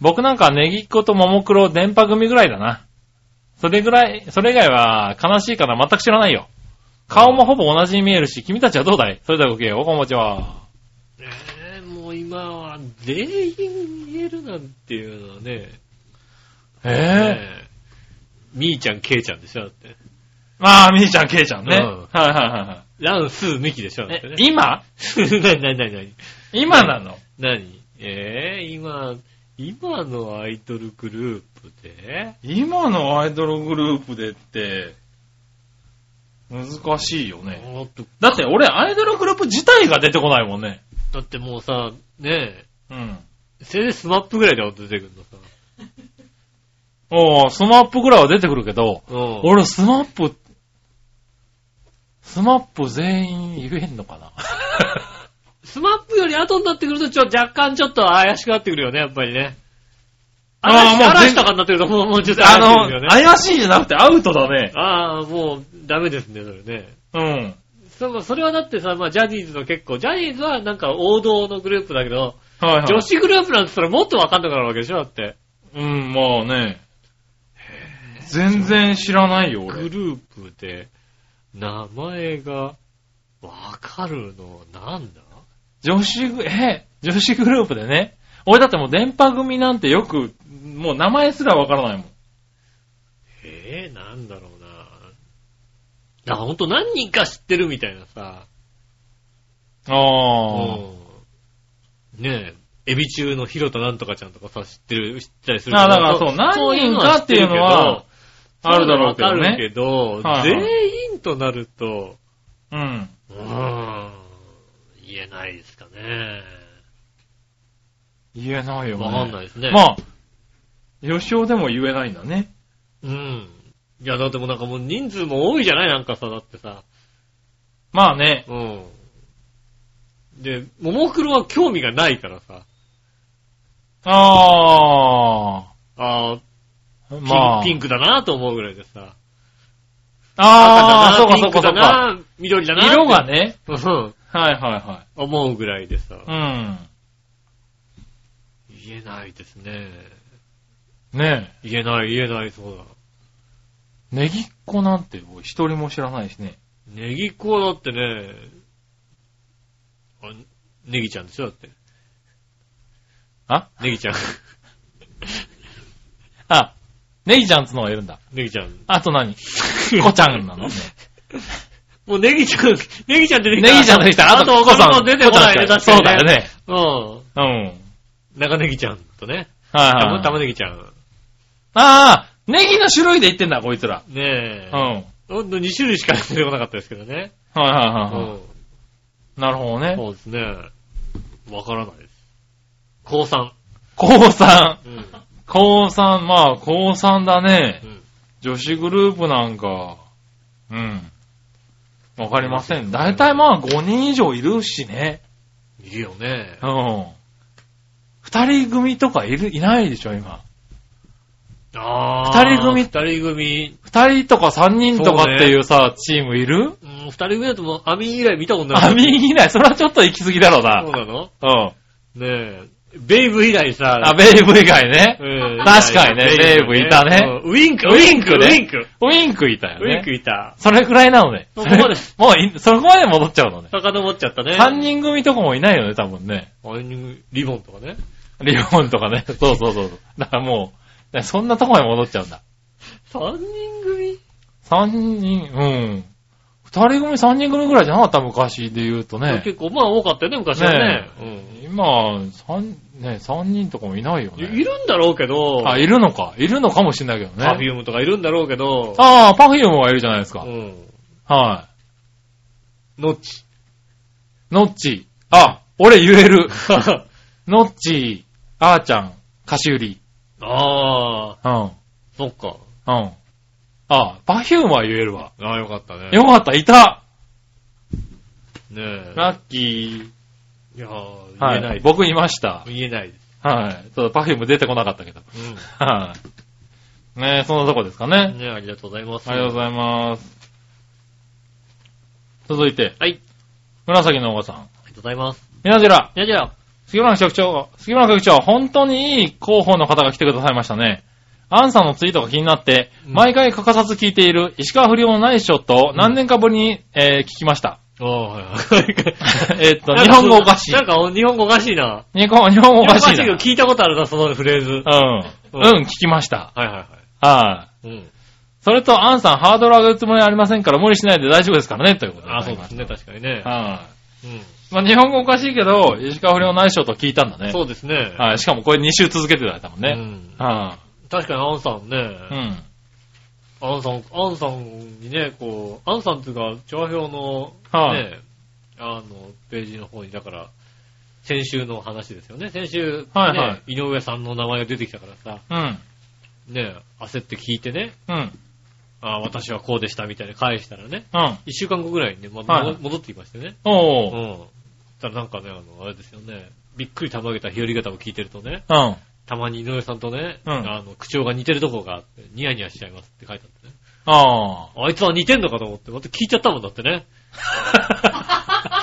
僕なんかはネギっ子とももクロ、電波組ぐらいだな。それぐらい、それ以外は悲しいから全く知らないよ。顔もほぼ同じに見えるし、君たちはどうだいそれではごきげんよう、こんばんちは。
えー、もう今は全員言えるなんていうのはね。
ええ
えみーちゃん、けいちゃんでしょだって。
まあ、みーちゃん、けいちゃんね。
うん
はいはいはいは
ラン、スー、ミキでしょだっ
い
て
え
ね。。
今
なになになになに
今なの
なにえー、今、今のアイドルグループで
今のアイドルグループでって、難しいよね。
おーっと
だって俺アイドルグループ自体が出てこないもんね。
だってもうさ、ね
うん。
え、せいぜいスマップぐらいで出てくるのさ。
おー、スマップぐらいは出てくるけど、
うん。
俺スマップ、スマップ全員言えんのかな
スマップより後になってくると、ちょ、若干ちょっと怪しくなってくるよね、やっぱりね。
あー
嵐
もう
嵐とかになってくると、もう、もうちょっと怪
あ
しくなってくるよ
の、
ね。
怪しいじゃなくてアウトだね。
ああー、もう、ダメですね、それね。
うん。
そそれはだってさ、まあ、ジャニーズの結構、ジャニーズはなんか王道のグループだけど、
はいはい。
女子グループなんて言ったらもっとわかんなくなるわけでしょだって。
うん、まあね。全然知らないよ、
グ。ル
俺
ープで名前がわかるのなんだ
女子グ、え、女子グループでね。俺だってもう電波組なんてよく、もう名前すらわからないもん。
えー、なんだろうな。あ、ほんと何人か知ってるみたいなさ。
あ
うんねえ、エビ中のヒロタなんとかちゃんとかさ、知ってる、知ったりする
あだからそう何人かっていうのは、あ。あるだろうけど
わかる
ね。
けど、
はいはい
全員となると、
うん。
うーん、言えないですかね。
言えないよね。
わかんないですね。
まあ、吉尾でも言えないんだね。
うん。いや、だってもうなんかもう人数も多いじゃないなんかさ、だってさ。
まあね。
うん。で、ももクロは興味がないからさ。あ
あ
あ、
あ、
ピン
まあ。
ピンクだなと思うぐらいでさ。
ああ、そう
赤
か
だな、
そ
ピ
う
ン
か
ク
そ
だ
うか。
な、緑だな。
色が。ね。
うん。
はいは
思うぐらいでさ
い。は
言えないですね。
い。うん。ね
言えない、言えない、そうだ。
え。ネギっ子なんて俺一人も知らないしね。
ネギっ子はだってね、あネギちゃんでしょだって。
あ
ネギちゃん。
あ、ネギちゃんつのがいるんだ。
ネギちゃん。
あと 何コちゃんなのね。
もうネギちゃん、ネギちゃん出て
ネ
きた。
ギちゃんできたら、
あと、
コ
コ
さ
さ
ん。
ん出てこないね、
コちゃん
確
しかそう
か
だよ
にね。
ね。
うん。
うん。
中ネギちゃんとね。
はいは
玉
い。
玉ねぎちゃん。
ああ、ネギの種類で言ってんだ、こいつら。
ねえ
う。ん。はい
ほんと2種類しか出てこなかったですけどね。
はいうはいは
ん。
い。なるほどね。
そうですね。わからないです。高3。
高三。
うん。うん。
高三、まあ、高三だね。女子グループなんか、うん。わかりません。だいたいまあ5人以上いるしね。
いるよね
う。ん。二人組とかいる、いないでしょ、今。
あ
二人組
二人組。
二人とか三人とかっていうさ、チームいる
うん、二人組だともう、アミ以来見たことない。
あ、右いない。それはちょっと行き過ぎだろう
そう
な。
なの
うん。
ねえ。ベイブ以来さ。
あ、ベイブ以外ね。
うん
確かにねベイブいたね。
うんウィンク、ウィンク、
ウ
ウ
ィ
ィ
ン
ンク。
ウィンクいたよ
ウィンク
ね。
いた。
それくらいなのね。
そこまで
それもうい、そこまで戻っちゃうのね。
遡っちゃったね。
三。人組とかもいないよね、多分ね。
三人、リボンとかね。
リボンと かね。そうそうそうそう。だからもう、ねそんなとこまで戻っちゃうんだ。
三人組
三人、うん。二人組、三人組ぐらいじゃなかった昔で言うとね。
結構、まあ多かったよね、昔はね。
今、三、ね、三人とかもいないよ
うんい
ね。
いるんだろうけど、
あ、いるのか。いるのかもしんないけどね。
パフュームとかいるんだろうけど、
ああ、パフュームはいるじゃないです
う
か。
ん。
は
ノッチ。
い。ノッチ。あ、俺言える。ノッチ、あーちゃん、カシウリ。
ああ、
うん。うん。
そっか。
ああ、パフュームは言えるわ。
ああ、よかったね。
よかった、いた
ねえ。
ラッキ
いやー言
ー。は
えない
い。
です。
僕いました。
言えないです。
はい。そう、パフューム出てこなかったけど。
うん。
はい。ねえ、そんなとこですかね。
ねありがとうございます。
ありがとうございます。続いて、
はい。あり
紫のおばさん。
がとうございます。
みなじら、
いや、じゃあ、
杉村局長、杉村局長、本当にいい広報の方が来てくださいましたね。アンさんのツイートが気になって、
うん
毎回欠かさず聞いている石川不良のナイスショットを何年かぶりに、えー聞きま した。
ああ、はい はい。
えっと日本語おかしい
なんか、日本語おかしいな。
日本日本語おかしい
日本語
な
お。けど聞いたことあるな、そのフレーズ。はい
うん。うん、聞きました。
はいは
はい。
い。うん。
それと、アンさん、ハードル上げるつもりはありませんから、無理しないで大丈夫ですからね、ということで。
ああ、そうですね、確かにね。
は
う
い。まあ、日本語おかしいけど、石川不良内緒と聞いたんだね。
ん。そうですね。
はい。しかもこれ2週続けてた多分
う
ね。
ん
は
確かにアンさん
い。う
ね、
ん。
アンさん、アンさんにね、こう、アンさんっていうか、調和表の、
はい
ね、あの、ページの方に、だから、先週の話ですよね。先週、ね
はいは
井上さんの名前が出てきたからさ、
うん。
ね、焦って聞いてね、
うん。
あ私はこうでしたみたいに返したらね、
うん。
一週間後ぐらいにね、ま
はいはい
戻ってきましてね。う
おー。
ん。たらなんかね、あの、あれですよね、びっくりたまげた日和方を聞いてるとね、
うん。
たまに井上さんとね、
うん
あの、口調が似てるとこがあって、ニヤニヤしちゃいますって書いてあってね。
あ
あいつは似てんのかと思って、また聞いちゃったもんだってね。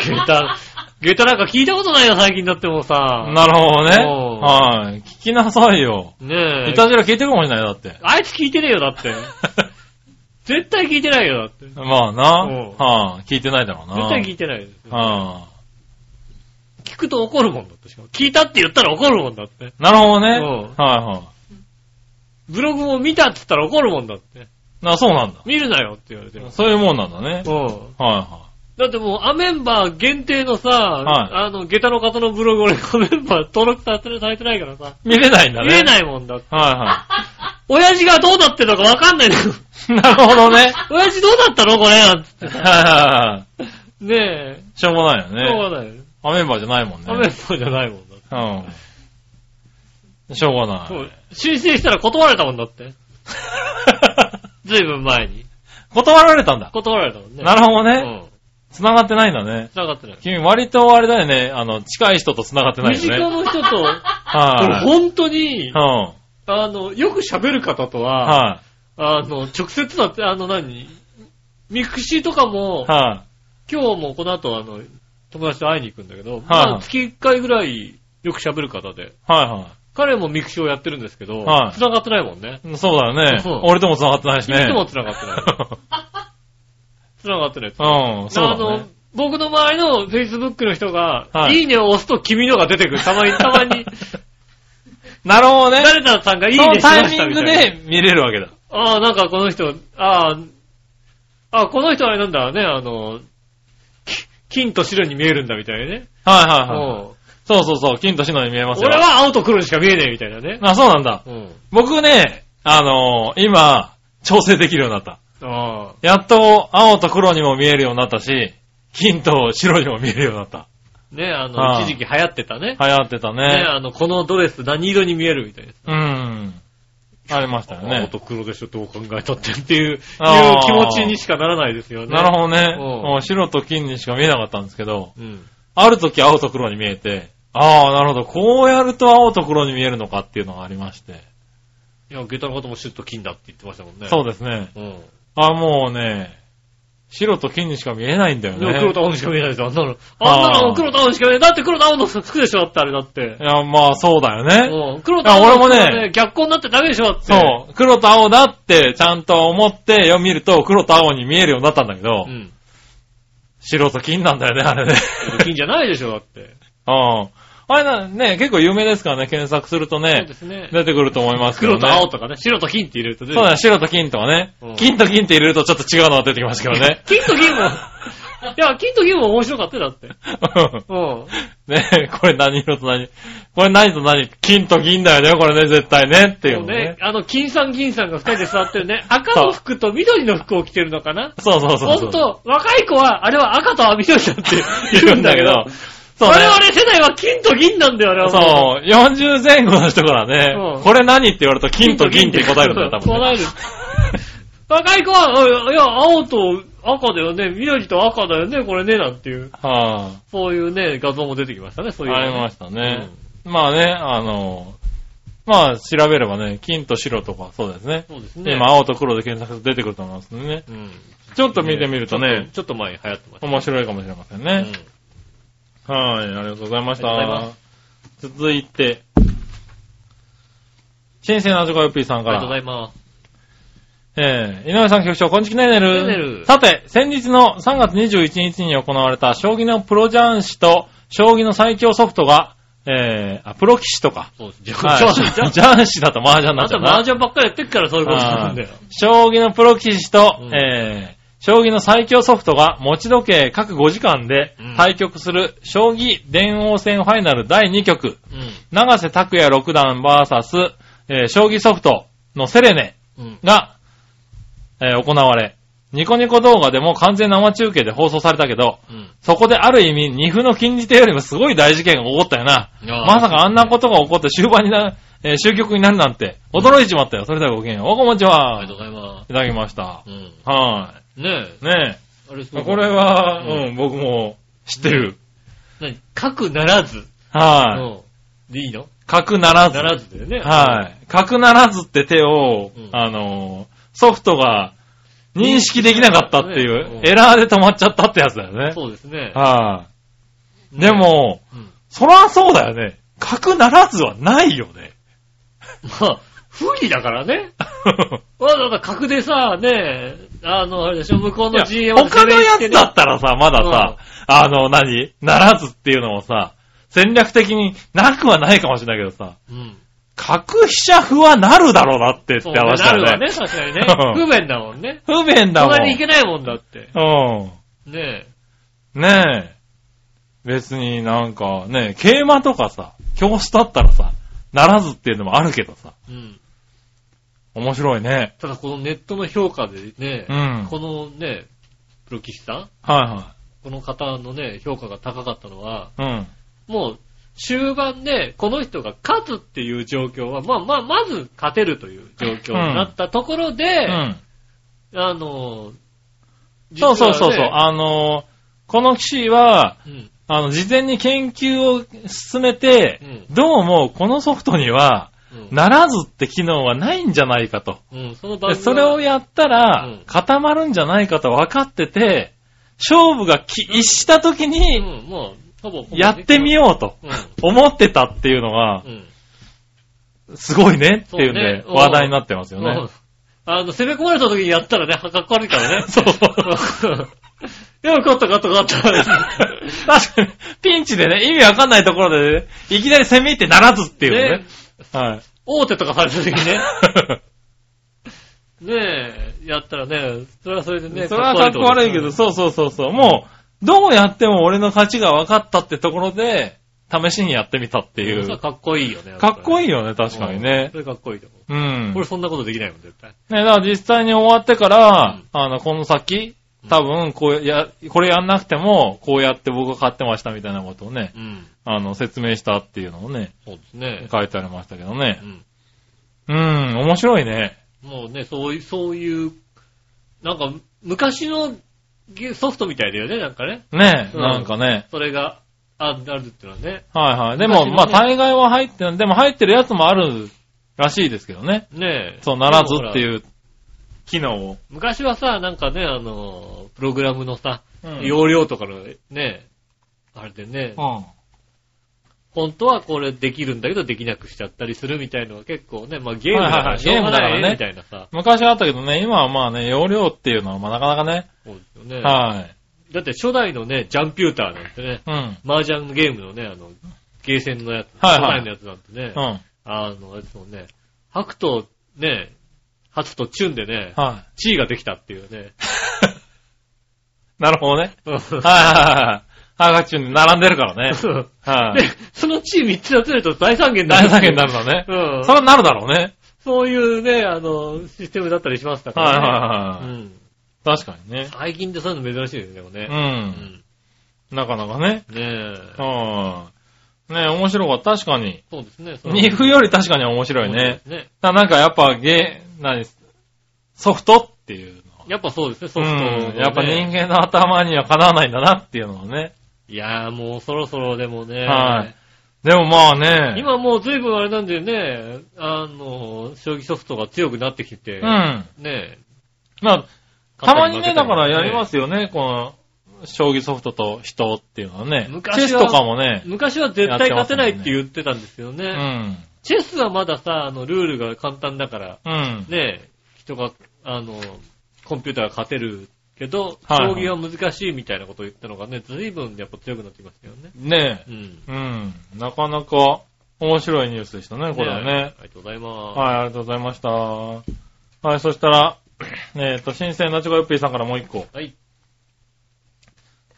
聞いた、下駄なんか聞いたことないよ、最近だってもうさ。
なるほどね。
おう
はい。聞きなさいよ。
ねえ
い。たじら聞いてるかもしれないよ、だって。
あいつ聞いてねえよ、だって。絶対聞いてないよ、だって。絶
まあな。
おう
はい。聞いてないだろうな。
対聞いてないよ。
うん
聞くと怒るもんだってしかも。聞いたって言ったら怒るもんだって。
なるほどね。
おう
はいは
ブログも見たって言ったら怒るもんだって。
い。な、そうなんだ。
見るなよって言われてます。
そういうもんなんだね。
うん。
はいは
だってもう、アメンバー限定のさ、
い
あの、下駄の方のブログ俺、 アメンバー登録されてないからさ、
い。見れないんだね。
見え
い。
ないもんだって。
はいは
親父がどうなってんのかわかんないんだよ。
い。 なるほ どね。
親父どうだったのこれなんつって
はいはいはい。
ね
しょうもないよ
え。しょ
ね。
うがないよね。
アメンバーじゃないもんね。
アメンバーじゃないもんだって。
うん。しょうがな
そう
い。
申請したら断られたもんだって。ずいぶん前に。
断られたんだ。
断られたもんね。
なるほど
ほ
ね。。繋がってないんだね。
繋がってない。
君割とあれだよね。あの、近い人と繋がってな
身
いよ
近
ね。
の人と、俺
はい。
本当に
う、ん。
あの、よく喋る方とは、
は
あの、直接だって、あの何、ミクシーとか
い。
も、
は
今日もこの後、あの、友達と会いに行くんだけど、
はい
まあ月1回ぐらいよく喋る方で、
い。は
彼もミクシーをやってるんですけど、
はい
繋がってないもんね。
いはい。そうだよね
そう。
俺とも繋がってないしね。
いつも繋がってない。繋がってない。
うん、そう
あ
だ
の
ね。、
僕の周りの Facebook の人が、、
はいい
いねを押すと君のが出てくる。たまに、たま に、
なるほどね。
誰々さんがいい
その
ねしま
タ
し
イ
たみ
ミン
た
グ
いな。
で見れるわけだ。
ああ、なんかこの人、ああ、ああこの人あれなんだね、あの、き金と白に見えるんだみたいなね。
はいはいはい。
うん
そうそうそう、金と白に見えますよ。
俺は青と黒にしか見えねえみたいなね。
あ、そうなんだ。
うん。
僕ね、あのー今、調整できるようになった。
ああ。
やっと、青と黒にも見えるようになったし、金と白にも見えるようになった。
ね、あの、
はい
一時期流行ってたね。
流行ってた
ね、
ね。
あの、このドレス何色に見えるみたいな。
うん。ありましたよ
青
ね。
と黒でしょ、どう考えたってっていう、いう
ああ
気持ちにしかならないですよね。
なるほどね。
うん
うん白と金にしか見えなかったんですけど、
ど。うん。
ある時青と黒に見えて、ああ、なるほど。こうやると青と黒に見えるのかっていうのがありまして。
いや、下駄のこともシュッと金だって言ってましたもんね。
そうですね。
う。うん。
あ、もうね、白と金にしか見えないんだよ
でも黒
ね。
と青にしか見えないですよ、あんなの。あんなの黒と青にしか見えない。だって黒と青の服でしょだってあれだって
い。や、まあそうだよね。
うん。黒と青の服
いや
は
俺も
ね、逆光になってダメでしょだって。
そう。黒と青だってちゃんと思ってよ見ると黒と青に見えるようになったんだけど、
うん。
白と金なんだよね、あれね。
金じゃないでしょだって。
うん。あれな、ね、結構有名ですからね、検索すると
そう
ね
で、すね。
出てくると思いますけど
黒
ね。
と青とかね、白と金って入れると出て
そう
く
だ
る
ね、白と金とかね
うん。。
金と金って入れるとちょっと違うのが出てきましたけどね
金と 銀も、いや、金と銀も面白かったよ、だって。うん。
ねこれ何色と何これ何と何金と銀だよね、これね、絶対ね。っていう
もう
の
ね
ね。、
あの、金さん銀さんが二人で座ってるね、赤の服と緑の服を着てるのかな
そうそうそう
ほ
そ
ん
う。
と、若い子は、あれは赤と緑だって言
言
う
うんん
だ
だ
け
け
ど
ど、、
我
そうね。
々世代は金と銀なんだよ、あれは。
そう、40前後の人から
うん
ね、これ何って言われると金と銀って答えるんだよ、多分
答え
ね。
る。若い子は、おいいや、青と赤だよね、緑と赤だよね、これね、なんていう、
はあ、
そういうね、画像も出てきましたね、そういう、
ありましたね。まあね、あの、まあ調べればね、金と白とかそうですね。
そうですね。
今、青と黒で検索すると出てくると思いますんでね。
うん。
ちょっと見てみると
ちょっ
ね、
とちょっと前に流行ってました。
面白いかもしれません
う
ね
ん。
はい、ありがとうございまし
ありがとうござい
た。続いて、新鮮なジョコヨッピーさん
あ
か
り
ら。
がとうございます。
えー、井上さん局長、こんちきねえねる。
ねえねる
さて、先日の3月21日に行われた、将棋のプロ雀士と、将棋の最強ソフトが、えー、あ、プロ棋士 とか。
そうです。じゃ
は
あ、
い
じゃあ、じゃあ、
雀士だと麻 雀にな
あ
っちゃ
と
うな
麻雀ばっかりやってっからそういうことなん だよ。
あー将棋のプロ棋士と、
うん
えー、将棋の最強ソフトが持ち時計各5時間で
うん
対局する将棋電王戦ファイナル第2局、長瀬拓也六段 VS、えー、将棋ソフトのセレネ、
うん。うん。
が、えー行われ、ニコニコ動画でも完全生中継で放送されたけど、
うん。
そこである意味、二歩の禁じ手よりもすごい大事件が起こったよな。
いやー
まさかあんなことが起こって終盤にな、えー終局になるなんて、驚いちまったよ。それではごきげんよう。おこもち
あ
は
りが。とうございま
いただきました
す。。うん。
は
ね
い。ね
え。あれ、そ
え。
う。
これは、
うん
うん、僕も知ってる。
何核ならず。
は
うん。でいいの
い。角ならず
な。らずだよね。
はい。角ならずって手を
うん、
あのー、ソフトが認識できなかったってい
うん
う、エラーで止まっちゃったってやつだよね。
そうですね。
はでも、
うん
そらそうだよね。角ならずはないよね。
まあ、不利だからね。わざわざ格でさ、ねえ、あの、あれでしょ、向こう
い
の
や
GM
他のやつだったらさ、まださ、あの、何ならずっていうのもさ、戦略的になくはないかもしれないけどさ、
うん。
角飛車歩はなるだろうなってって
そうね、
話
な
だ
る
よ
わ
ね。。
ね、確かにね不便だもんね。
不便だも
隣に行け
ん。
ないもんだって。
うん。
ね
ねえ。別になんかね、桂馬とかさ、教室だったらさ、ならずっていうのもあるけどさ、
え。うん。
面白いね。
ただこのネットの評価でね、
うん
このね、プロ棋士さん
は
この方のね、評価が高かったのは、
いはい。うん。
もう、終盤で、この人が勝つっていう状況は、まあまあ、まず勝てるという状況になったところで、
うん。
あの、
そうそうそうそ
実
う。
はね
あのーこの騎士は、
うん
あの、事前に研究を進めて、
う
どうもこのソフトには、
うん
ならずって機能はないんじゃないかと。
うん、その番組
でそれをやった
う
ら
ん、
固まるんじゃないかと分かってて、勝負がき一した時
うん、
に、
もう、ほぼ、
やってみようと
う。う
思ってたっていうのが
ん。、うん。
すごいねっていうんで、
そうね
話題になってますよ
う
ね
ん。あの、攻め込まれた時にやったらね、かっこ悪いからね。
そう。
いや、勝った勝った勝 った。
確かに、ピンチでね、意味わかんないところでね、いきなり攻め入ってならずっていうの
ね。
ねはい。
大手とかされた時にね。ねえ、やったらね、それはそれでね、
それはかっこ悪いけど、そうそうそうそう。もう、どうやっても俺の勝ちが分かったってところで、試しにやってみたっ
て
てい。
そうかっこいいよね。
かっこい
い。
いよね、確かにね
そ。れかっこいいと思う。
うん。
俺そんなことできないもん、絶対。
ね、だから実際に終わってか
う
ら
ん、
あの、この先、多分、こうや、これやんなくても、こうやって僕が勝ってましたみたいなことをね、
うん。
あの、説明したっていうのをね、
そうですね。
書いてありましたけど
う
ね。
ん。
うん、面白いね。
もうね、そういう、そういう、なんか、昔のゲソフトみたいだよね、なんかね。
ね、
うん
なんかね。
それが、あ、あるっていうのはね。
はいはい。で
昔
も、
のね
まあ、大概は入って、でも入ってるやつもあるらしいですけどね。
ねえ。
そう、ならずって
う。
いう機能を。
昔はさ、なんかね、あの、プログラムのさ、
うん
容量とかのね、あれでね、本当はこれできるんだけどできなくしちゃったりするみたいのは結構ね、まあゲームだか
は
ら
いはいはい
しょうがな
ゲームだか
い
らね
ね、みたいなさ。
昔はあったけどね、今はまあね、容量っていうのは、まあなかなかね、
そうですよね。
はい。
だって初代のね、ジャンピューターなんてね、
うん。
麻雀ゲームのね、あの、ゲーセンのやつ、
はい
初
は
代
い
のやつなんてね
う、ん。
あの、あれですもんね、白とね、初とチュンでね、
は
地位ができたっていうね。
い。なるほどね。
うん
はいはいはいはい。ハガチュンで並んでるからね。は
で
い。、
その地位3つ集めると大三元にな
大
る。
作業になるのね。
うん。
それはなるだろう ね。
そういうね、あの、システムだったりしましたか
はい
ら、ね。
はいはいはい。
うん。
確かにね。
最近ってそういうの珍しいですね、でもね。う
うん。
ん
なかなかね。
ねえ。
うん。ね面白かった。確かに。
そうですね。その
二フより確かに面白いね。。
そうですね。
だからなんかやっぱゲー、何ソフトっていうの
やっぱそうですね、ソ
う
フトのね、
ん。やっぱ人間の頭にはかなわないんだなっていうのをね。
いやーもうそろそろでもね。
はいでもまあね。
今もう随分あれなんだよね、あの、将棋ソフトが強くなってきて。
うん。
ねえ。。
まあ、たまにね、だからやりますすよね、この、将棋ソフトと人っていうのはね。
昔
チェ
は
スとかもね。
昔は絶対勝てないって言ってたんですよね。
うん。
チェスはまださ、あの、ルールが簡単だから、
うん。
ねえ、人が、あの、コンピューターが勝てるけど、
はい
将棋は難しいみたいなことを言ったのがね、随分やっぱ強くなってきましたよね。
ね
うん。
え。うん。なかなか面白いニュースでしたね、これは
え
ね。
ありがとうございます。
はい、ありがとうございました。はい、そしたら、 えっと、新鮮なチョコヨッピーさんからもう一個。
はい。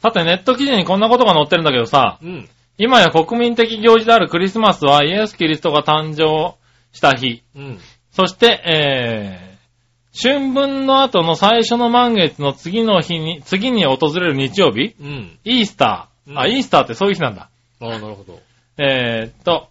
さて、ネット記事にこんなことが載ってるんだけどさ、
うん。
今や国民的行事であるクリスマスはイエス・キリストが誕生した日、
うん。
そして、えー、春分の後の最初の満月の次の日に、次に訪れる日曜日、
うん。
イースター。あ、
うん
イースターってそういう日なんだ。
ああ、なるほど。
えーっと、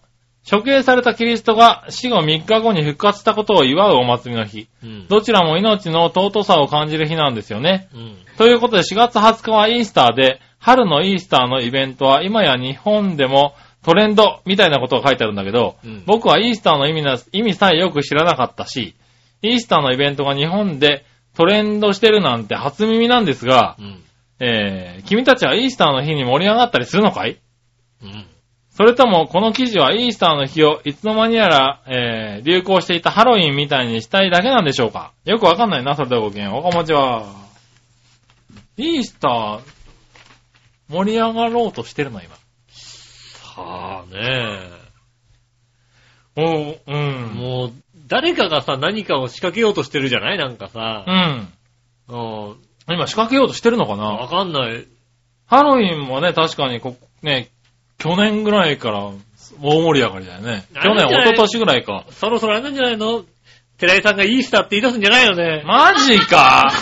処刑されたキリストが死後3日後に復活したことを祝うお祭りの日。
うん。
どちらも命の尊さを感じる日なんですよね。
うん。
ということで4月20日はイースターで、春のイースターのイベントは今や日本でもトレンドみたいなことが書いてあるんだけど、
うん
僕はイースターの意味な意味さえよく知らなかったし、イースターのイベントが日本でトレンドしてるなんて初耳なんですが
う、ん。
えー、君たちはイースターの日に盛り上がったりするのかい
うん。
それとも、この記事はイースターの日をいつの間にやら、えー、流行していたハロウィンみたいにしたいだけなんでしょうかよくわかんないな、それではごきげんよう。おかもちは。イースター、盛り上がろうとしてるの、今。
はあね
おう、う
え。
ん。
もう、誰かがさ、何かを仕掛けようとしてるじゃないなんかさ
う。ん。
うん。
今仕掛けようとしてるのか
わ
な
かんない。
ハロウィンもね、確かにこ、ね、去年ぐらいから大盛り上がりだよね。
あれ
去
じゃ
年、
ない
一昨年ぐらいか。
そろそろあれなんじゃないの寺井さんがイースターって言い出すんじゃないよ ね。
マジ か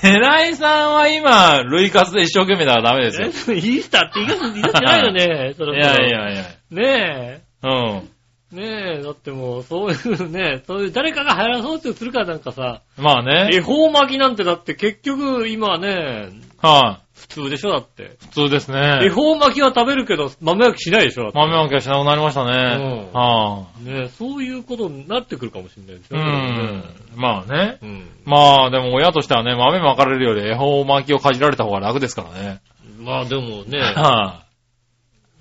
寺井さんは今、類活で一生懸命だからダメですよ。
イースターって言い出す言い出すんじゃないよね。そろそろ
いやい。やいや。
ね
うん。
え。ねえ、だってもう、そういうね、そういう誰かが流行らそうとするからなんかさ、
まあね。
恵方巻きなんてだって結局今はね、
は
普通でしょだって
い。。普通です
恵
ね。
方巻きは食べるけど、豆焼きしないでしょだって
豆まきはしなくなりました
う
ね。
ん
は
ねえ、そういうことになってくるかもしれないです
い。
よ
う
ね
ん。まあね。
うん。
まあ、でも親としてはね、豆まかれるより恵方巻きをかじられた方が楽ですからね。
まあでも ね、
は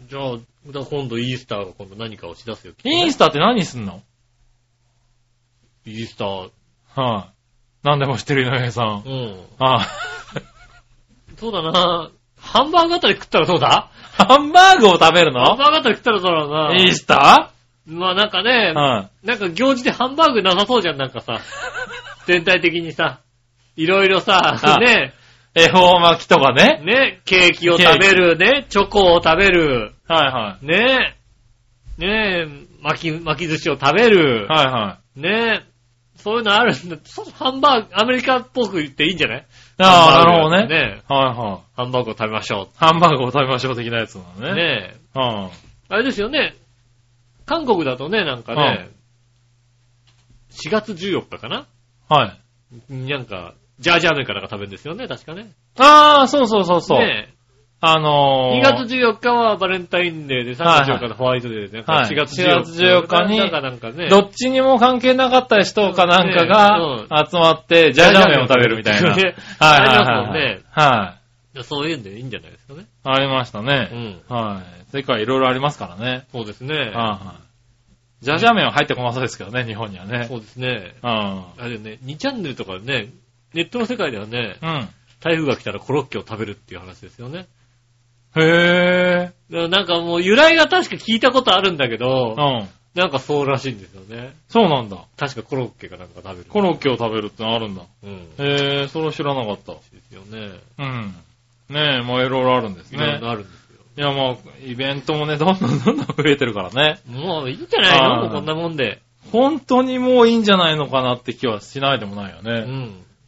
じゃあ、じゃあ今度イースターが今度何かをし出すよ。
い。インスタって何すんの
イースター。
はい。何でも知ってる井上さん。
うん。
はい。
そうだなハンバーガーあたり食ったらそうだ
ハンバーグを食べる
ハン
の
バーガーあたり食ったらそうだな
イースタ
まあなんかね
ー、は
なんか行事でハンバーグなさそうじゃん、なんか さ。全体的にさ。いろいろさ
あ、
ね、
い。恵方巻きとかね。
ね、ケーキを食べる、ね、チョコを食べる、
はいは
ね、ね、巻き、巻き寿司を食べる
い。、はいはい。
ね、そういうのあるんだ。そうハンバーグ、アメリカっぽく言っていいんじゃない
ああ、な
ハ
る
ン
ほ
バーグ
どね。
ね。
はいはい。
ハンバーグを食べましょ
ハンバーグを食べましょう的なやつな
う。
のね。
ね
は。
あれですよね。韓国だとね、なんかね、4月14日かない
はい。
なんか、ジャージャー麺かなんか食べるんですよね、確かね。
ああ、そうそうそうそう。
ね
あのー、
2月14日はバレンタインデーで、3月14日のホワイトデーで、なんか
はい
4月14日。
4月14日に
なんかなんかね。
どっちにも関係なかった人かなんか
ね
が集まって、ジャージャー麺を食べるみたいな。はい
ね
はい
ありますもん
はい。はい
ね。そういうんでいいんじゃないですかね。
ありました
う
ね。
ん。
はい。世界いろいろありますからね。
そうですね。
はいはいジャージャー麺は入ってこなそうですけどね、日本にはね。
そうですね。
うん。
あれよね、2チャンネルとかね、ネットの世界ではね、
うん。
台風が来たらコロッケを食べるっていう話ですよね。
へ
だからなんかもう由来が確か聞いたことあるんだけ
ぇー。
ど、
うん。
なんかそうらしいんですよね。
そうなんだ。
確かコロッケかなんか食べる。
コロッケを食べるってのあるんだ。
うん。
へぇー、それは知らなかった。
ですよね。
うん。ねえ、まあいろいろあるんです
いろい
ね。
ろあるんですよ。
いやもう、イベントもね、ど んどんどんどん増えてるからね。
もういいんじゃないの
あー
もうこんなもんで。
本当にもういいんじゃないのかなって気はしないでもないよ
う
ね。
ん。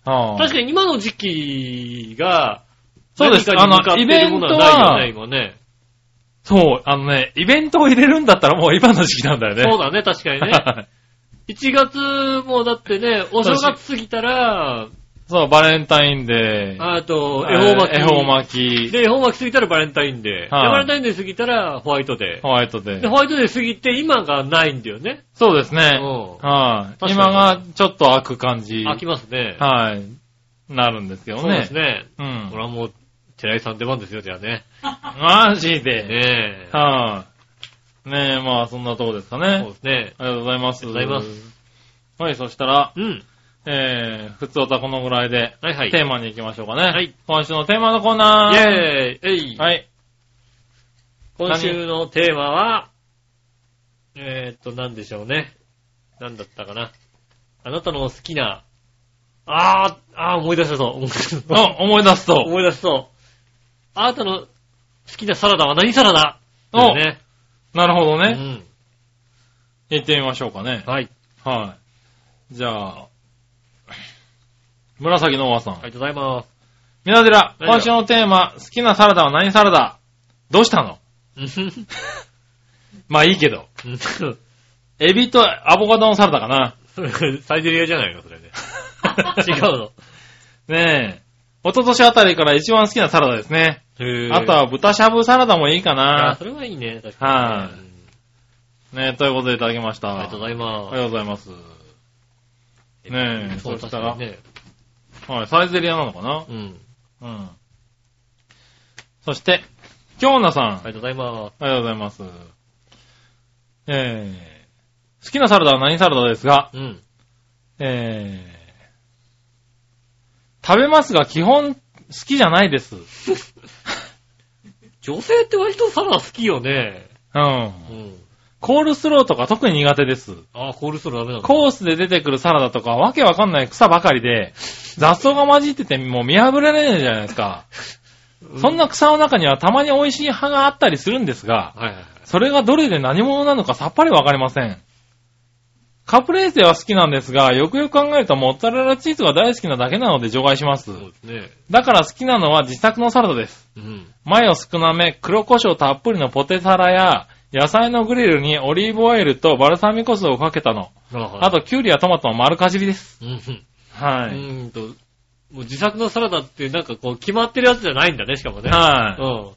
はあ
確かに今の時期が、
そうです
何かに向かっているものはないよね、今ね。
そう、あのね、イベントを入れるんだったらもう今の時期なんだよね。
そうだね、確かにね。
はい
1月もだってね、お正月過ぎたら、
そう、バレンタインデー。
あと、恵方巻き。
えー恵方巻き。
で、恵方巻き過ぎたらバレンタインデー。で
はい
バレンタインデー過ぎたらホワイトデ
ホワイトデ
ー。で、
ー。
ホワイトデー過ぎて今がないんだよね。
そうですね。
うん
は
確
い、
かに
今がちょっと開く感じ。
飽きますね。
はい、なるんですよね。
そうです。ね。
う
こ
ん。
れはもう、寺井さん出番ですよ、じゃあね。
マジで。
ねえ。
はい、ねえ、まあそんなとこですかね。
そうですね。
ありがとうございます。
ありがとうござい
ます。はい、そしたら、
うん。
えー、普通はこのぐらいで、
はいはい。
テーマに行きましょうかね。
はい。
今週のテーマのコーナ
イェー
ー。
イえい、
はい。
今週のテーマは、えー、っと、なんでしょうね。なんだったかな。あなたの好きな、あー、あー思い出したそう。思い出しそ
あ、
う
思い出すと。
思い出しそう。あなたの好きなサラダは何サラダ
お
ですね。
なるほど
う
ね。
ん。
行ってみましょうかね。
はい。
はい。じゃあ、紫のおばさん
あ。りがとうございます。
みなでら、
何だ
今週のテーマ、好きなサラダは何サラダどうしたの
うんふん
まあいいけど。
うんふ
エビとアボカドのサラダかな。
ん サイゼリアじゃないのそれ ね。違うの。
ねえ。一昨年あたりから一番好きなサラダですね。
へー
あとは豚しゃぶサラダもいいか
あ
な
ー。それはいいね。確かにね
ねということでいただきまし
う
た。
んありがとうござい
あ
ま
りがとうございます。ねえ、
す。
そうした、
確からにね。
はい、サイゼリアなのかな
うん。
うん。そして、京奈さん。あ
りがとうございます。
りがとうございます。えー、好きなサラダは何サラダですが、
うん。
えー、食べますが基本好きじゃないです。
女性って割とサラダ好きよね。
うん。
うん。
コールスローとか特に苦手です。
あー、コールスローダメなの
コースで出てくるサラダとかわけわかんない草ばかりで、雑草が混じっててもう見破られないじゃないですか。
う
そんな草の中にはたまに美味しい葉があったりするんですが、
はいはいはい。
それがどれで何者なのかさっぱりわかりません。カプレーゼは好きなんですが、よくよく考えるとモッツァレラチーズが大好きなだけなので除外します
そ。うですね。
だから好きなのは自作のサラダです。
うん。
マヨ少なめ、黒胡椒たっぷりのポテサラや、野菜のグリルにオリーブオイルとバルサミコ酢をかけたの。あ
あ、
と、キュウリやトマトの丸かじりです。
うんうん。
は
う
い。
ーんと、もう自作のサラダってなんかこう決まってるやつじゃないんだね、しかもね。
は
う
い。
ん。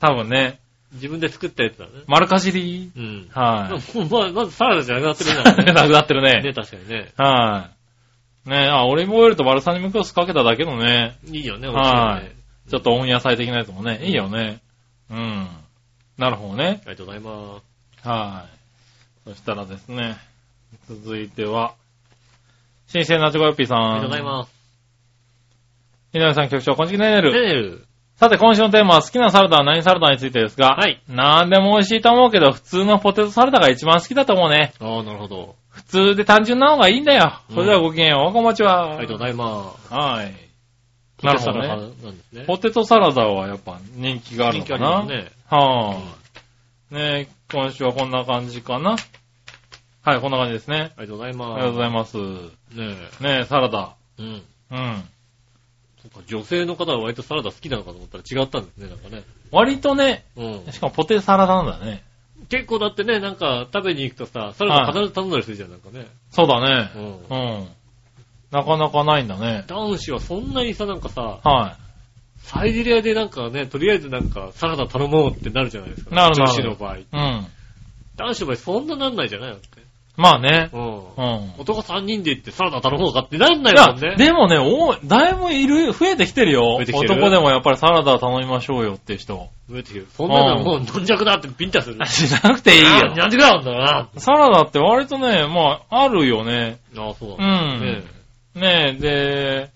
多分ね、
自分で作ったやつだね。
丸かじり。
うん。
は
でもまあ、まずサラダじゃなくなってるんだ
い。
ね。
なくなってる
ね、
ね。
確かにね。
はい。ねあ、オリーブオイルとバルサミコ酢かけただけのね、
いいよね、美味しいよ
は
ね。
い。ちょっと温野菜的なやつもね、いいよね。うん。なるほどね
あ。りがとうございます。
はい。そしたらですね、続いては、新鮮なチョコヨッピーさん。
ありがとうございます。
井上さん局長、こんにちはね
ペ
る。
ネル。
さて、今週のテーマは好きなサラダは何サラダについてですが、
はい。
なんでも美味しいと思うけど、普通のポテトサラダが一番好きだと思うね。
ああ、なるほど。
普通で単純な方がいいんだよ。
うん
それではごきげんよう。おこまちは。
ありがとうございます。
はい。なる
ポテサ
ほど
ラ
ね。
なんですね。
ポテトサラダはやっぱ人気がある
人
の
気あ
か
り
な。
ますね。
はぁ、ねえ、今週はこんな感じかな。はい、こんな感じですね。
ありがとうござい
あ
ます。
りがとうございます。
ね
ねえ、サラダ。
え。うん。
うん。
そっか女性の方は割とサラダ好きなのかと思ったら違ったんですね、なんかね。
割とね、
うん。
しかもポテサラダなんだね。
結構だってね、なんか食べに行くとさ、サラダ必ず頼んだりするじゃん、なんかね。
そうだね。
うん。
うん。なかなかないんだね。
男子はそんなにさ、なんかさ、
は
サイゼリアでなんかね、とりあえずなんかサラダ頼もうってなるじゃないですか。
なるなる
女子の場合。
い。うん。
男子の場合そんななんないじゃないだって。
まあね。
うん。
うん。
男3人で行ってサラダ頼もうかってなんないい
や
もんね。
でもね、おだいぶいる、増えてきてるよ。
増えてきてる
男でもやっぱりサラダ頼みましょうよって人。
増えてきてるそんなのもう飲んじゃくだってビンタする。
しなく ていい
あ
よ。
何時くらいあんだろうな。
サラダって割とね、まあ、あるよね。
ああ、そう
う
だね。
ん。
ね
ねえ、で、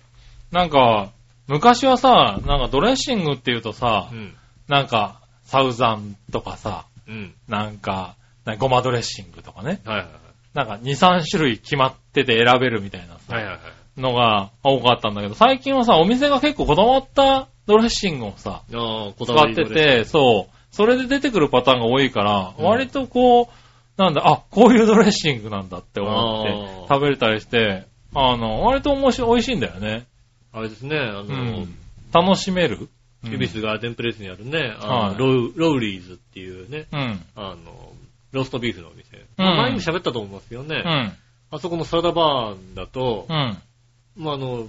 なんか、昔はさ、なんかドレッシングって言うとさ、
えうん。
なんか、サウザンとかさ、
うん。
なんか、なんかごまドレッシングとかね。
はいはい
なんか2、3種類決まってて選べるみたいな
はい。はいはい
さ
はい。
のが多かったんだけど、最近はさ、お店が結構こだわったドレッシングを
あ
さ、
あ、こだ
使
わ
っ
り
て
のね。
て、そう、それで出てくるパターンが多いから、
うん
割とこう、なんだ、あ、こういうドレッシングなんだって思って
あー
食べれたりして、あの、割と面白い美味しいんだよね。
あれですね、あ
う
の、
ん楽しめる
恵比寿ガーデンプレイスにあるね、あ
はい
のロウロウリーズっていうね、
うん。
あの、ローストビーフのお店。
うん
前にも喋ったと思いますよね。
うん。
あそこのサラダバーだと
う、ん。
まあ、あの、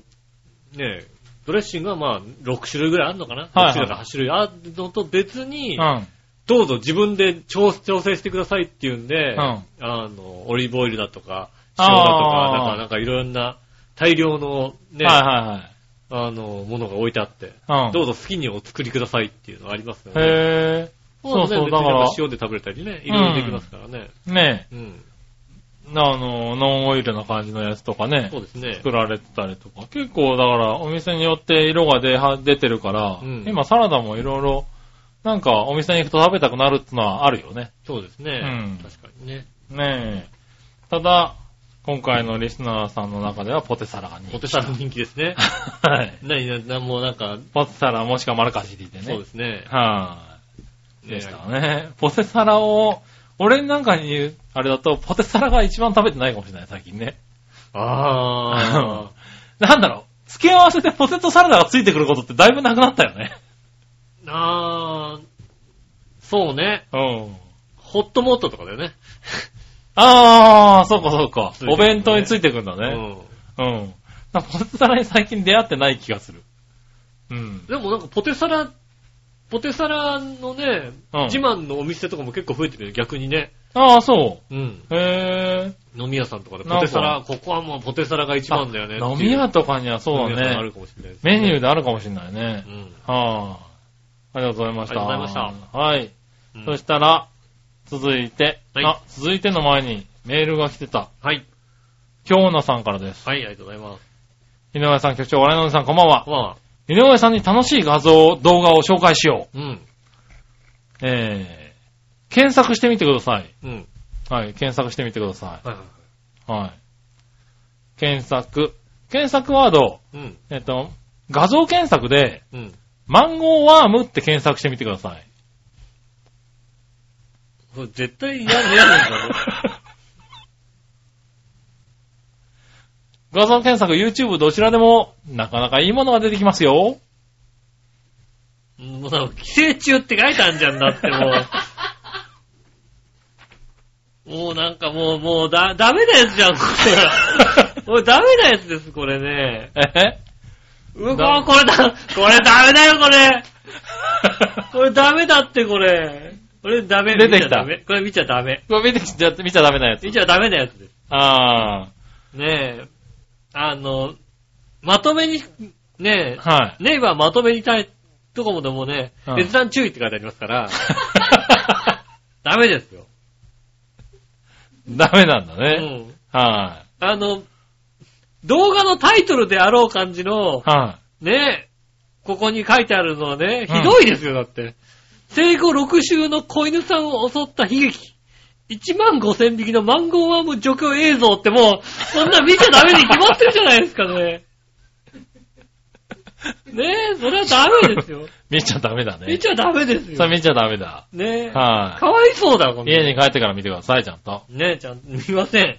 ねえ、ドレッシングはまあ、6種類ぐらいあるのかな、
はいは
?6
い
種類か8種類あるのと別に、
うん。
どうぞ自分で調調整してくださいっていうんで、
うん
あの、オリーブオイルだとか、塩だと
あー
か、なんかなんかいろんな大量のね、
はいは
あの、ものが置いてあって、
いはい。
ど
う
うぞ好きにお作りくださいっていうのがありますよ
ん。
ね。
へそうそう
ね別になん
だから
塩で食べれたりね、いろいろできますからね。
ぇー。ね
うん。
え、あの、ノンオイルの感じのやつとかね
そ、うですね。
作られてたりとか、結構だからお店によって色が出は出てるから
うん、
今サラダもいろいろ、なんかお店に行くと食べたくなるってのはあるよね。
そうですね。
うん
確かにね。
ねえ。ただ、今回のリスナーさんの中ではポテサラが
ポ
人
テ
気。。
サラ人気ですね
はい。
なにな、な、もうなんか、
ポテサラもしくはマルカシリでね。
そうですね。
はい。
ね
でしたね。ポテサラを、俺なんかに言う、あれだと、ポテサラが一番食べてないかもしれない、最近ね。
ああ。
なんだろう、付け合わせてポテトサラダがついてくることってだいぶなくなったよね。
あーそうね。
うん。
ホットモットとかだよね。
あー、そうかそうか
ついて。くるね
お弁当についてくるんだ
う
ね。
ん。
うん。なんかポテサラに最近出会ってない気がする。うん。
でもなんかポテサラ、ポテサラのね、
うん
自慢のお店とかも結構増えてるよ、逆にね。
あー、そ
うん。
う。へ
飲み屋さんとかでポテサラ、ここはもうポテサラが一
ー。
番だよねってい
あ
う。
飲み屋とかにはそう
飲み屋さん
だ
あ
ね。
るかもしれないですね。
メニューであるかもしれないね。
うん。
はありがとうございました。
ありがとうございま
した。はい。
うん
そしたら、続いて、
はい
あ、続いての前にメールが来てた、
はい。
京奈さんからです。
はい、ありがとうございます。
井上さん、局長、笑いのおじさん、こんばんは
こ。んばんは。
井上さんに楽しい画像、動画を紹介しよ
うん。
う。えー、検索してみてください。
うん。
はい、検索してみてくださ。
はいはいはい
はい。検索。検索ワード、
い。うん。
えっと、画像検索で、
うん。
マンゴーワームって検索してみてください。
これ絶対嫌になるんだろ。
画像検索、YouTube どちらでも、なかなかいいものが出てきますよ。
もうさ、寄生虫って書いてあんじゃんだって、も う。もうなんかもう、もうだ、ダメなやつじゃん、こ れ。もうダメなやつです、これね。
え
うわ、これだ、これダメだよ、こ れ。これダメだって、これ。これダメ。
出てきた
見ちゃダメこれ見ちゃダメ。
これ見てきちゃ、見ちゃダメなやつ
見。ちゃダメなやつです。
あ
ねえ。あの、まとめに、ね
ー。はい
え、。ネイバーまとめにたいとこもでもね
う、ん
閲覧注意って書いてあります から、ダメですよ。
ダメなんだ
う
ね。
ん。
は
あの、動画のタイトルであろう感じの
い。、は
ねえ、ここに書いてあるのはね、
うん
ひどいですよ、だって。生後6週の子犬さんを襲った悲劇。1万5千匹のマンゴーワーム除去映像ってもう、そんな見ちゃダメに決まってるじゃないですか ね。ねえ、それはダメですよ。
い。見ちゃダメだね。
見ちゃダメです
そ
よ
れ。見ちゃダメだ。
ねえ。
は
かわいそうだ、こ
い。
の。
家に帰ってから見てください、ちゃんと。
ねえ、ちゃんと見ません。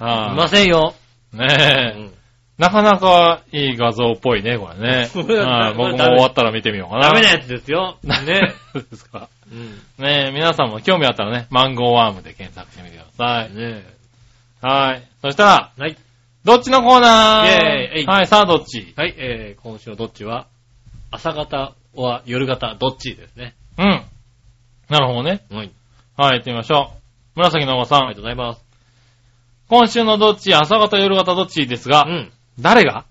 見
はい。
ませんよ。
ねえ、
うん
なかなかいい画像っぽいね、これね。
これは
はい
これ
僕も
ダメ
終わったら見てみようかな。
ダメなやつですよ。 ね。
そうですか。
うん。
ねえ、皆さんも興味あったらね、マンゴーワームで検索してみてください。
ね
はい。そしたら、
え。はい。
どっちのコーナー
イェーイえい
はい、さあどっち
はい、えー、今週のどっちは、朝方は夜方、どっちですね。
うん。なるほどね。
はい。
はい、行ってみましょう。紫のおばさ
ありが
ん
と。うございます。
今週のどっち、朝方夜方どっちですが、
うん。
誰が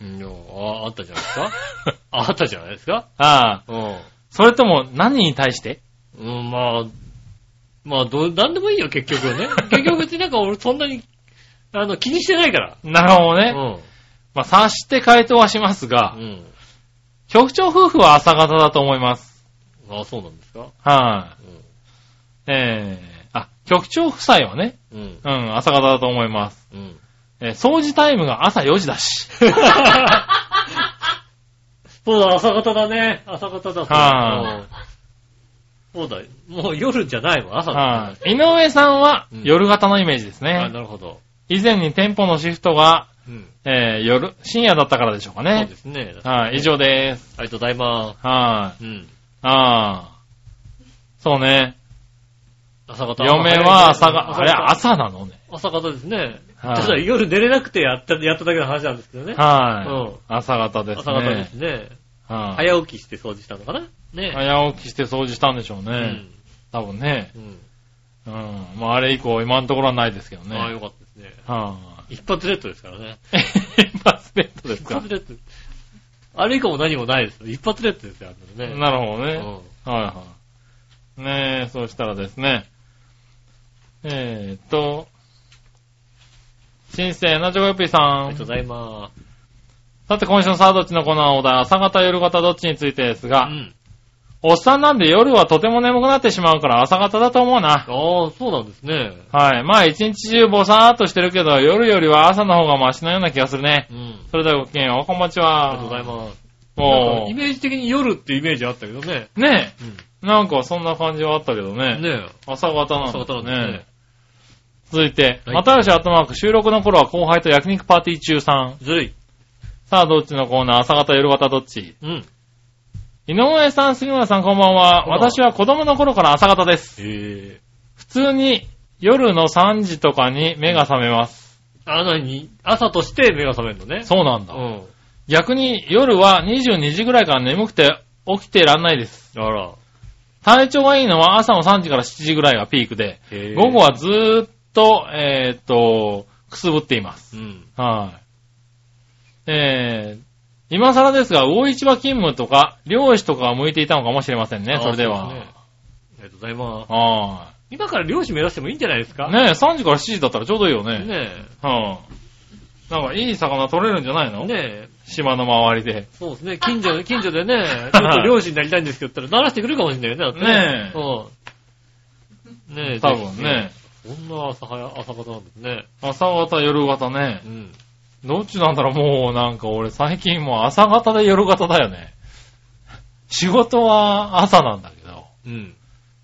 うんいやああったじゃないですか ああったじゃないですか
ああ、
うん。
それとも何に対して
うん、まあ、まあ、どう、なんでもいいよ、結局は ね。結局別になんか俺そんなに、あの、気にしてないから。
なる
う
ほどね。
ん。
まあ、察して回答はしますが
う、ん。
局長夫婦は朝方だと思います。
ああ、そうなんですか
はい、えー、あ、局長夫妻はね、
うん。うん。
うん、朝方だと思います。
うん。
えー掃除タイムが朝4時 だし。
そうだ、朝方だね。朝方だ。
は
うんそうだ、もう夜じゃないもん、朝だ。
はい、井上さんは
うん
夜型のイメージです
あ
ね。
なるほど。
以前に店舗のシフトが、
うん。
えー夜、深夜だったからでしょう
そ
か
う
ね
で。すね。あ
はい、以上です。
りがとうございま
はい、
す。うん。
あー。そうね。
朝方。
嫁は朝が、
方
あれ、朝なのね。
朝方ですね。
はい
ただ夜寝れなくてやった、やっただけの話なんですけどね。
はい、
うん
朝方です
朝方で
ね
す。ね。
はい
早起きして掃除したのかなね
早起きして掃除したんでしょうね。
え。
多分ね。
うん。うん。
うん。まあ、あれ以降、今のところはないですけどね。
ああ、
はい、
よかったですね。一発レッドですからね。
一発ベッドです
一
か
発。レッド。あれ以降も何もないです。一発レッドですよ、あんなのね。
なるほど
う
ね。
ん。
はいはい。ねえ、そうしたらですね。えーっと、新生なじょこよっぴー
ありがと
さ。
うんございます。
さて、今週のさあどっちのコーナーはお題、朝方、夜方、どっちについてです
う
が、
ん。
おっさんなんで夜はとても眠くなってしまうから朝方だと思うな。
ああ、そうなんですね。
はい。まあ、一日中ぼさーっとしてるけど、夜よりは朝の方がマシなような気がするね。
うん。
それではごきげんよう、こんばんち
あ
は。
りがとうございます。なん
お
か
ー
イメージ的に夜ってイメージあったけどね。
ね
うん。
え、なんかそんな感じはあったけどね。
ねえ。
朝方なん
朝方なんで
だ
す
ね
ね。。
続いて、
はい
またよしアットマーク、収録の頃は後輩と焼肉パーティー中さん。
ずるい。
さあ、どっちのコーナー朝方、夜方、どっち
うん。
井上さん、杉村さん、こんばんは。
こんばんは
私は子供の頃から朝方です。
ええ。
普通に夜の3時とかに目が覚めます。
あ、なに朝として目が覚めるのね。
そうなん
う
だ。
ん。
逆に夜は22時ぐらいから眠くて起きてらんないです。
あら。
体調がいいのは朝の3時から7時ぐらいがピークで、
へえ
午後。はずーっと、えーっと、くすぶっています。
うん。
はい。えー、今更ですが、大市場勤務とか、漁師とかは向いていたのかもしれませんね、
あ
それで
う
は。
すねありがとうございます。
は
今から漁師目指してもいいんじゃないですか
い。ねえ、3時から7時だったらちょうどいいよね。
ね
はあ、なんかいい魚取れるんじゃない
え。
の、
ねえ。
島の周りで。
そうですね。近所、 近所でね、ちょっと漁師になりたいんですけどって言ったら、鳴らしてくるかもしれないよね。だってねえ。うん。ねえ。
多分ね。
ぜひ。こんな朝早、朝方なんですね。
朝方、夜方ね
う。ん。
どっちなんだろうもうなんか俺最近もう朝方で夜方だよね。仕事は朝なんだけど、
うん。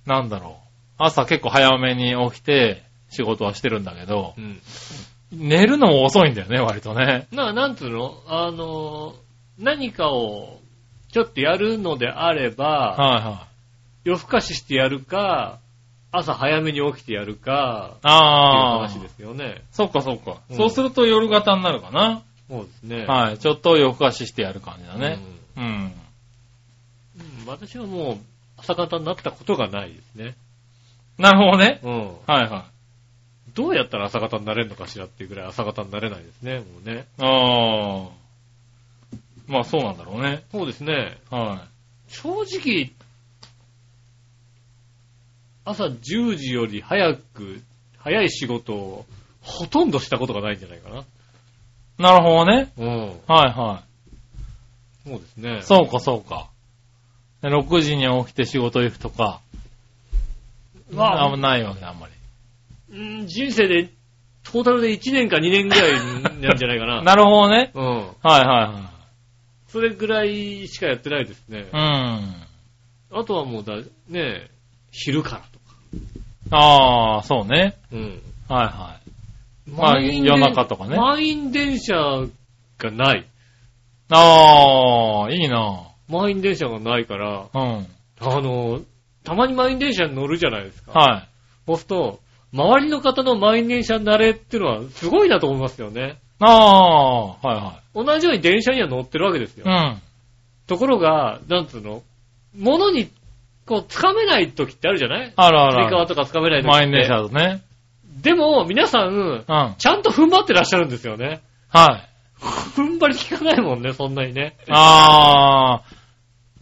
なんだろう。朝結構早めに起きて仕事はしてるんだけど
う、ん。
寝るのも遅いんだよね、割とね。
な、なんつうのあの、何かを、ちょっとやるのであれば、
はいはい。
夜更かししてやるか、朝早めに起きてやるか、っていう
ああ。
話ですよね。
そっかそっか、
うん
そうすると夜型になるかな。
そうですね。
はい。ちょっと夜更かししてやる感じだね。うん。
うん。うん私はもう、朝方になったことがないですね。
なるほどね。
うん。
はいはい。
どうやったら朝方になれるのかしらっていうぐらい朝方になれないですね、もうね。
ああ。まあそうなんだろうね。
そうですね。
は
正直、朝10時より早く、早い仕事をほとんどしたことがないんじゃないかな。
い。なるほどね。
うん。
はいは
そうですね
い。。そうかそうか。で6時に起きて仕事行くとか。
まあ
あんまないわけだ、あんまり。
うん人生で、トータルで1年か2年ぐらいなんじゃないかな。
なるほどね。
うん。
はいは
それぐらいしかやってないですね
い。はい。うん。
あとはもうだ、ねえ、昼からとか。
ああ、そうね。
うん。
はいはい。まあ夜中とかね
満員電車がない。
ああ、いいな
満員電車がないから、
うん。
あの、たまに満員電車に乗るじゃないですか。
はい。
そうすると、周りの方の満員電車になれっていうのはすごいなと思いますよね。
ああ、は
同じように電車には乗ってるわけです
い
よ。
はい。
ところが、なんつうの、物に、こう、つかめない時ってあるじゃない
うん。あるあ
つり革
る
とかつかめな
あ
い
る。
時って。
満員電車だとね。
でも、皆さん、
うん。はい。
ちゃんと踏ん張ってらっしゃるんですよね。
あ
踏ん張り効かないもんね、そんなにね。
あ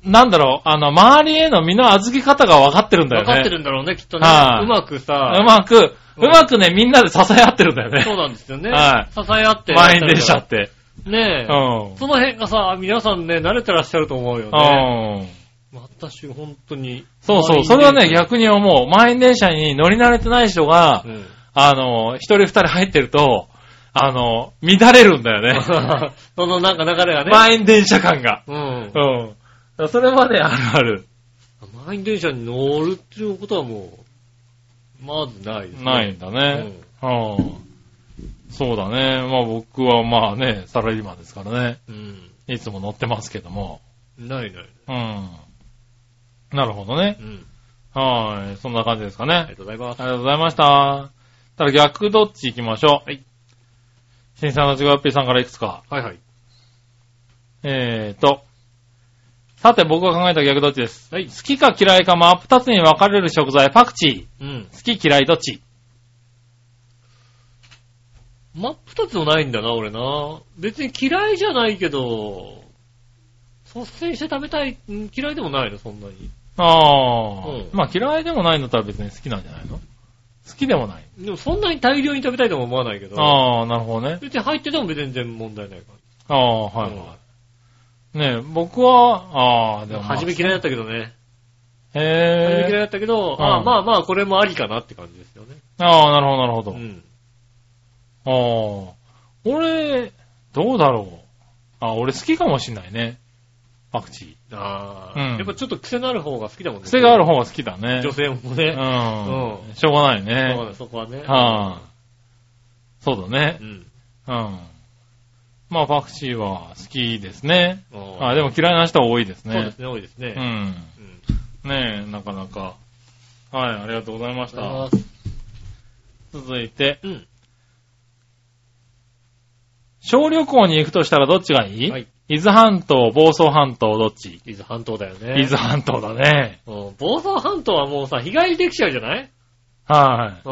ー、なんだろう、あの、周りへの身の預け方が分かってるんだよ
分
ね。
かってるんだろうね、きっとね。
はいう
まくさ、
うまく、
うん
うまくね、みんなで支え合ってるんだよ
そう
ね。
なんですよね。
はい
支え合って。
満員電車って。
ねえ。
うん。
その辺がさ、皆さんね、慣れてらっしゃると思うよね。
うん。
私、本当に。
そうそう、それはね、
に。
逆に思う。満員電車に乗り慣れてない人が
う、ん
あの、一人二人入ってると、あの、乱れるんだよ ね。
そのなんか 流れがね。
満員電車感が。
うん
う。ん。だからそれはね、あるある。
満員電車に乗るっていうことはもう、まずないですね。
ないんだね。うん。そうだね。まあ僕はまあね、サラリーマンですからね。
うん。
いつも乗ってますけども。
ないない。
うん。なるほどね
う。ん。
はい。そんな感じですか
あり
ね
が。とうございます
あ。りがとうございました。ただ逆どっち行きましょう。
はい。
新さんのちごやっぴーさんからいくつか。
はいはい。
えーと。さて僕が考えた逆どっちです。
はい
好。きか嫌いか真っ二つに分かれる食材、パクチ
うん。
ー。好き嫌いどっち
真っ二つもないんだな、俺な。別に嫌いじゃないけど、率先して食べたい、うん嫌いでもないの、そんなに。
ああ、
うん
まあ嫌いでもないんだったら別に好きなんじゃないの好きでもない。
でもそんなに大量に食べたいとも思わないけど、
ああ、なるほどね。
別に入ってても別に全然問題ないか
ああ、
ら。
はいはい。ねえ、僕は、ああ、
うん
でも、まあ、
初め嫌いだったけどね。初め嫌い
へえ。
だったけど、
うん
ああまあまあ、これもありかなって感じですよね。
ああ、なるほど、なるほど。
うん。
ああ。俺、どうだろう。あ俺好きかもしんないね。パクチ
ああ、
うん
やっぱちょっと癖のある方が好きだもん
ー。
ね。
癖がある方が好きだね。
女性も
う
ね。
ん。
う
しょうがない
そう
ね。
だそこはね。
はあ。そうだね
う。ん。
うん。まあ、パクチーは好きですね。
あ
あでも嫌いな人は多いですね。
そうですね、多いですね。
うん。
うん
ねえ、なかなか。はい、ありがとうございまし
あ
た。
ー
続いて、
うん。
小旅行に行くとしたらどっちがいい、
はい
伊豆半島、房総半島、どっち
伊豆半島だよね。
伊豆半島だね。
うん房総半島はもうさ、日帰りできちゃうじゃない
は
う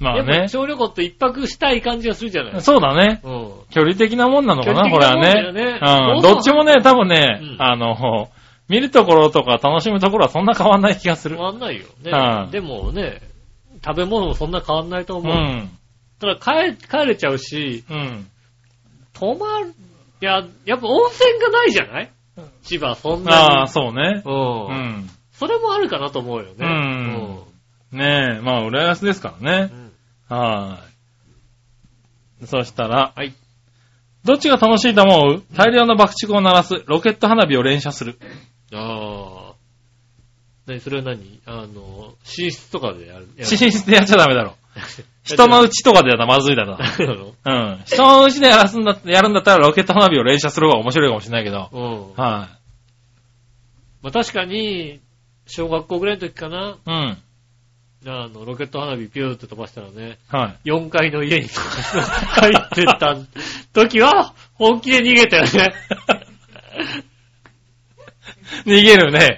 ん。
まあ
やっ
ね
ぱ。小旅行って一泊したい感じがするじゃないですか。
そうだね。
うん。
距離的なもんなのかな、
距
これ
離的な
は
もんだよね
ね。うん。
そうそう
どっちもね、多分ね
うん、
あの、見るところとか楽しむところはそんな変わんない気がする
変。わんないよね。
はい
でもね、食べ物もそんな変わんないと
う
思う。
ん。
ただ帰、帰れちゃうし、
うん。
泊まる、いや、やっぱ温泉がないじゃない千葉、そんなに。
ああ、そうね。
うん。
うん。
それもあるかなと思うよね。
うんねえ、まあ、浦安ですから
う
ね。
ん
はーい。そしたら、
はい。
どっちが楽しいと思う大量の爆竹を鳴らす、ロケット花火を連射する。
ああ。何それは何あの、寝室とかでやる。やる
寝 室でやっちゃダメだろ。人のうちとかでやったらまずいだろ。
なる
うん。人のうちでやらすんだ、やるんだったらロケット花火を連射する方が面白いかもしれないけど。
ほど。うん。
は
まあ確かに、小学校ぐらいの時かな、
い。うん。
あの、ロケット花火ピューって飛ばしたらね、
はい。
4階の家に入ってった時は、本気で逃げたよね。
逃げるね。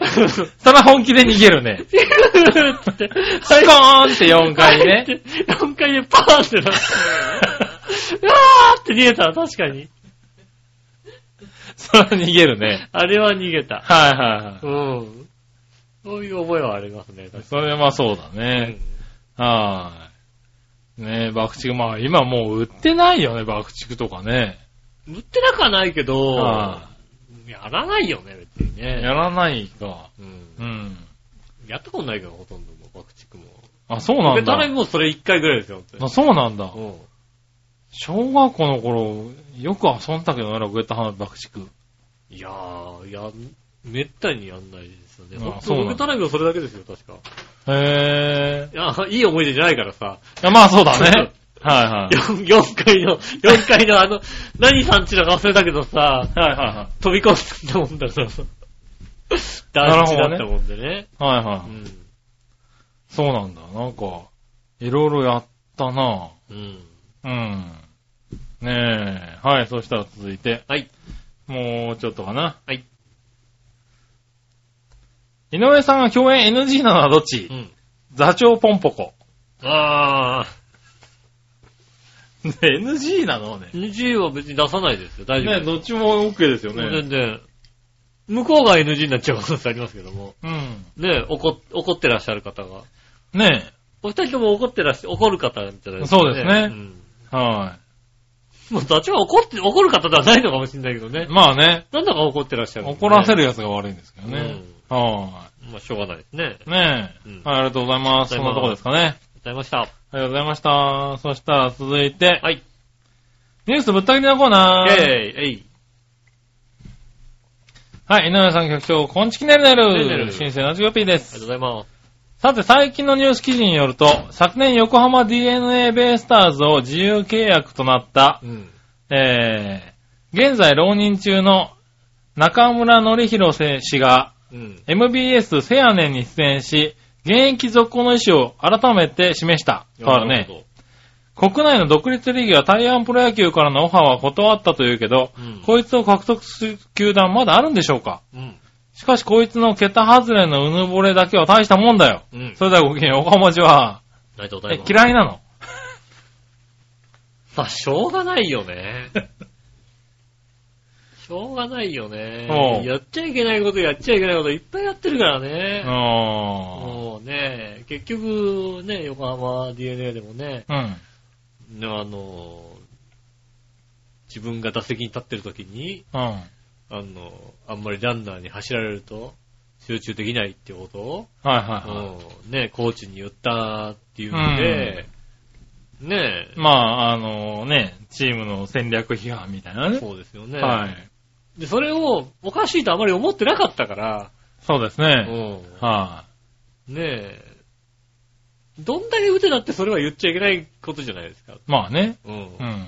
そら本気で逃げるね。
ピューって、
スコーンって4階にね。
4階でパーンってな って、うわーって逃げた、確かに。
そら逃げるね。
あれは逃げた。
はいはいは
うん。そういう覚えはありますね、
い。
確
それはまあそうだ
かに
ね。。はーい。ねえ、爆竹。まあ今もう売ってないよね、爆竹とかね。
うん売ってなくはないけど、
は
やらないよね、別にね。
やらないか。
うん
うん。
やったことないけど、ほとんどもう爆竹も。
あ、そうな
俺、
んだ。
誰もそれ1回ぐらいですよ、本当に
あ、そうなんだ。
うん
小学校の頃、よく遊んだけどね、ロケット花火爆竹。
いやー、やん、めったにやんないですよね。
あ
ほん
そ
と、
うなんだ
僕たらはそれだけですよ、確か。
へ
いやー、いい思い出じゃないからさ、
え。まあそうだね。 はいは い。
4, 階の、4階のあの、何さんちだか忘れたけどさ、
はいは
飛び込んだもんだからさ、団地だったもんでね。
いはい。はいは
う
い。
ん。
そうなんだ。なんか、いろいろやったな
うん。
うん。ねえ。はい、そしたら続いて。
はい。
もうちょっとかな。
はい。
井上さんが共演 NG なのはどっち、
うん。
座長ポンポコ。
あ
ね NG なのね。
ー、NG は別に出さないですよ、大丈夫
ね
です。
どっちも OK ですよ
もう
ね
全。然。向こうが NG になっちゃうことってありますけども。
うん。
ね怒、怒ってらっしゃる方が。
ね
お二人とも怒ってらっしゃ、怒る方じゃないですか、
そうですね
うん
え。は
もう、どっちも怒って、怒る方ではないのかもしれないけどね
い。。まあね、
なんだか怒ってらっしゃる、
怒らせ
る。
るやつが悪いんですけどね。は
まあ、しょうがないですね。ありがと
い。ねえ、
うん
はい。ありがとうございます。
あ
そ
り
ん
が
な
とうござ
とこ
いま
ですすかね。
うございました。
ありがとうございました。そしたら続いて、
はい。
ニュースぶった切りのコーナー。
えい、えい。
はい、井上さん局長、こんちきねる
ね
ね
るね
る。
る
新生のジゴピーで
ありがとう
す。
ございます。
さて、最近のニュース記事によると、昨年横浜 DNA ベイスターズを自由契約となった、
うん。
えー、現在浪人中の中村則弘選手が
うん。
MBS セアネンに出演し、現役続行の意思を改めて示した。だから
なる
ね
ほ、ど。
国内の独立リーグや大安プロ野球からのオファーは断ったというけど、
うん
こいつを獲得する球団まだあるんでしょうか
うん。
しかしこいつの桁外れのうぬぼれだけは大したもんだよ。
うん。
それではごきげんよう、岡本
あ
は、
りがとうござい
え
ま、す。
嫌い なの
まあ、しょうがないよね。しょうがないよ
お
ね。
う
やっちゃいけないこと、やっちゃいけないこといっぱいやってるから
う
ね。
ーん。
もうね、結局ね、横浜 DNA でもね、
うん。
ねあの、自分が打席に立ってる時に、
うん。
あの、あんまりランナーに走られると集中できないってことを、
はいは
うんね、コーチに言ったっていうんで、ね
い。まあ、あのね、チームの戦略批判みたいなね。
そうですよね。
はい。
で、それをおかしいとあまり思ってなかったから、
そうです
う
ね。
ん。
は
ねえ。どんだけ打てだってそれは言っちゃいけないことじゃないですか。
い。まあね。
うん
う。ん。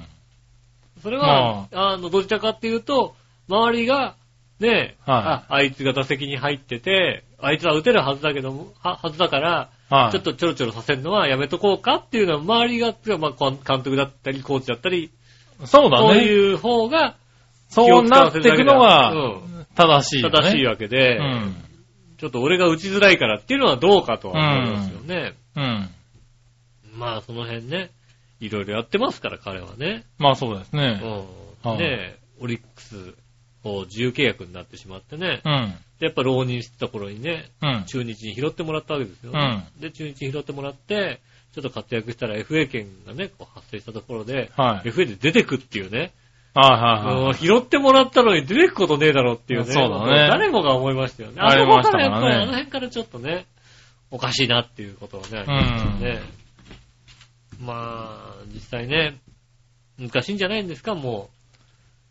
それは、あの、どちらかっていうと、周りが、ねえ、
は
あ、あいつが打席に入ってて、あいつは打てるはずだけども、は、はずだから、
はい。
ちょっとちょろちょろさせるのはやめとこうかっていうのは、周りが、てかまあ、こん監督だったり、コーチだったり、
そうだ
そう
ね。
いう方が
そうなっていくの
気を
が
使わせるだけだ
正しいよね。
正しいわけで、
うん。
ちょっと俺が打ちづらいからっていうのはどうかとは思いますよね。
うん。
ねまあその辺ね、いろいろやってますから、彼はね。
まあそうです
う
ね。は
ん。
い
ねオリックスを自由契約になってしまってね。
うん。
で、やっぱ浪人してた頃にね、
うん。
中日に拾ってもらったわけですよ、ねで、中日に拾ってもらって、ちょっと活躍したら FA 権がね、こう発生したところで、
はい。
FA で出てくっていうね、
はいはい
も
は
う
い。
拾ってもらったのに出てくことねえだろっていうね、
そうだね
も誰もが思いましたよね。
ありましたからね
あそこからやっぱりあの辺からちょっとね、おかしいなっていうことをね、ありましたよね。まあ、実際ね、難しいんじゃないんですか、も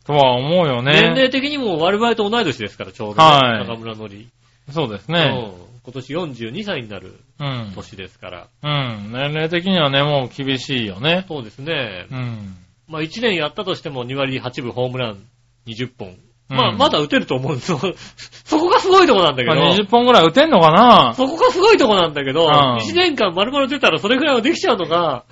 とは思うよ
う。年齢
ね。
的にも我々と同い年ですから、ちょうどね、
はい
中村のり、
そうです
う
ね。
ん今年42歳になる
うん。
年ですから。
うん。年齢的にはね、もう厳しいよね。
そうですね
う。ん。
まあ1年やったとしても2割8分ホームラン20本。まあ
うん
まだ打てると思うんですよ。 そこがすごいとこなんだけど。
まあ20本ぐらい打てんのかな
そこがすごいとこなんだけど、
うん
1年間丸々出たらそれぐらいはできちゃうのが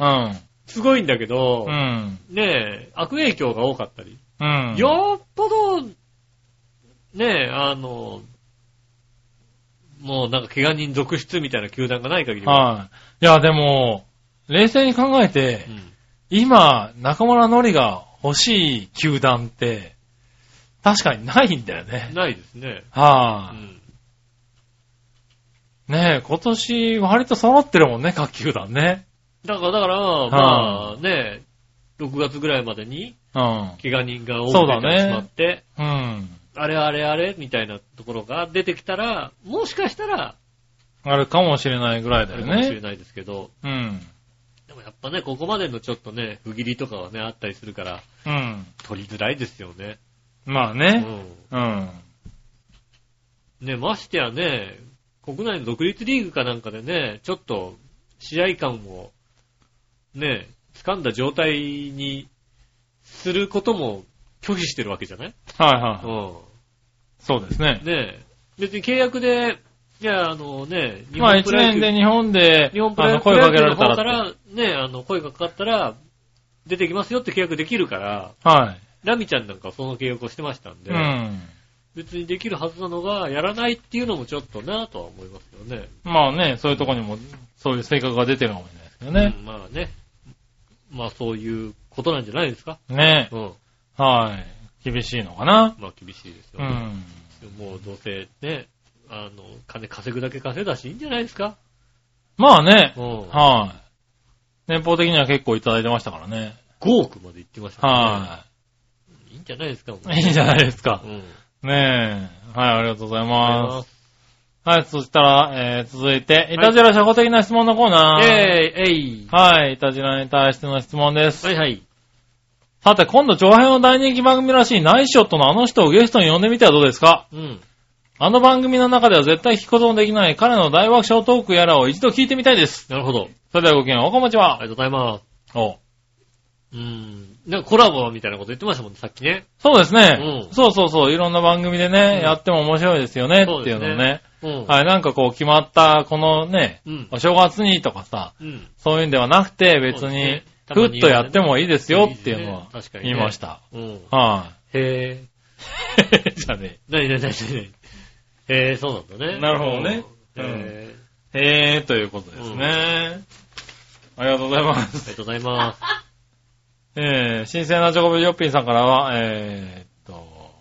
すごいんだけど
う、ん。
ねえ、悪影響が多かったり。
うん。うん。
よっぽど、ねえ、あの、もうなんか怪我人続出みたいな球団がない限りは、
はい。いや、でも、冷静に考えて
う、ん
今、中村のりが欲しい球団って、確かにないんだよね。
ないですね。う
は
ん
い。ねえ、今年割と揃ってるもんね、各球団ね。
だから、だから、まあね、6月ぐらいまでに、
うん。
怪我人が多く出てしまって、
うん。
あれあれあれみたいなところが出てきたら、もしかしたら、
あるかもしれないぐらい
あ
だ
る
よ
かもしれ
ね。
ないですけど、
うん。
でもやっぱね、ここまでのちょっとね、不義理とかはね、あったりするから、
うん。
取りづらいですよね。
まあ
う
ね。
ん。
うん。
ね、ましてやね、国内の独立リーグかなんかでね、ちょっと、試合感を、ね、掴んだ状態にすることも拒否してるわけじゃない
はいは
う
い。
ん。
そうですね。
ねえ、別に契約で、いや、あのね、日
まあ
本
一
プロ野
年
球、
で日本で、
日本プロ
あ
野
の、
球
声かけら
の
れた
方
らっ
か
て。
ら、ね、あの、声がかかったら、出てきますよって契約できるから、
は
ラミちゃんなんかはその契約をしてましたん
い。
で、
うん。
別にできるはずなのが、やらないっていうのもちょっとなぁとは思いますよね。
まあね、そういうとこにも、そういう性格が出てるかもしれないですけどね。
うんまあね。まあそういうことなんじゃないですか。
ね
うん。
はい。厳しいのかな。
まあ厳しいですよ
う
ね。
ん。
もうどうせね、あの、金稼ぐだけ稼いだしいいんじゃないですか。
まあね
う、ん。
はい。年俸的には結構いただいてましたからね。
5億まで行ってましたからね。
はい
いんじゃないですか、もう
い。いいじゃないですか
う。ん。
ねえ。はい、ありがとうございま
あ
す。はい、そしたら、えー、続いて、いたじら初歩的な質問のコーナー。
えい、えい。
はい、いたじらに対しての質問です。
はいはい。
さて、今度、長編の大人気番組らしいナイスショットのあの人をゲストに呼んでみてはどうですか
うん。
あの番組の中では絶対聞くことのできない彼の大爆笑トークやらを一度聞いてみたいです。
なるほど。
それではごきげんよう、おこんばんち
あ
は。
りがとうございます。
お
うん。なんかコラボみたいなこと言ってましたもんね、さっきね。
そうですね、
うん
そうそうそう。いろんな番組でね、
うん
やっても面白いですよね、っていうの
そ
を
うで
ね。
うん。
はい、なんかこう決まった、このね、
うん。
お正月にとかさ、
うん。
そういうんではなくて、別
そうです
に
ね、
ふっとやってもいいですよっていうのは
たまにねいいですね確かにね
言いました。
うん。
は
へぇ
い。 じゃあね。
なになになになにへぇそうなんだね。
なるほどね
うん
うん
へぇ
へーということですね。ありがとうございま
あり
す。
がとうございます。
えー、新鮮なチョコビジョッピーさんからは、えーっと、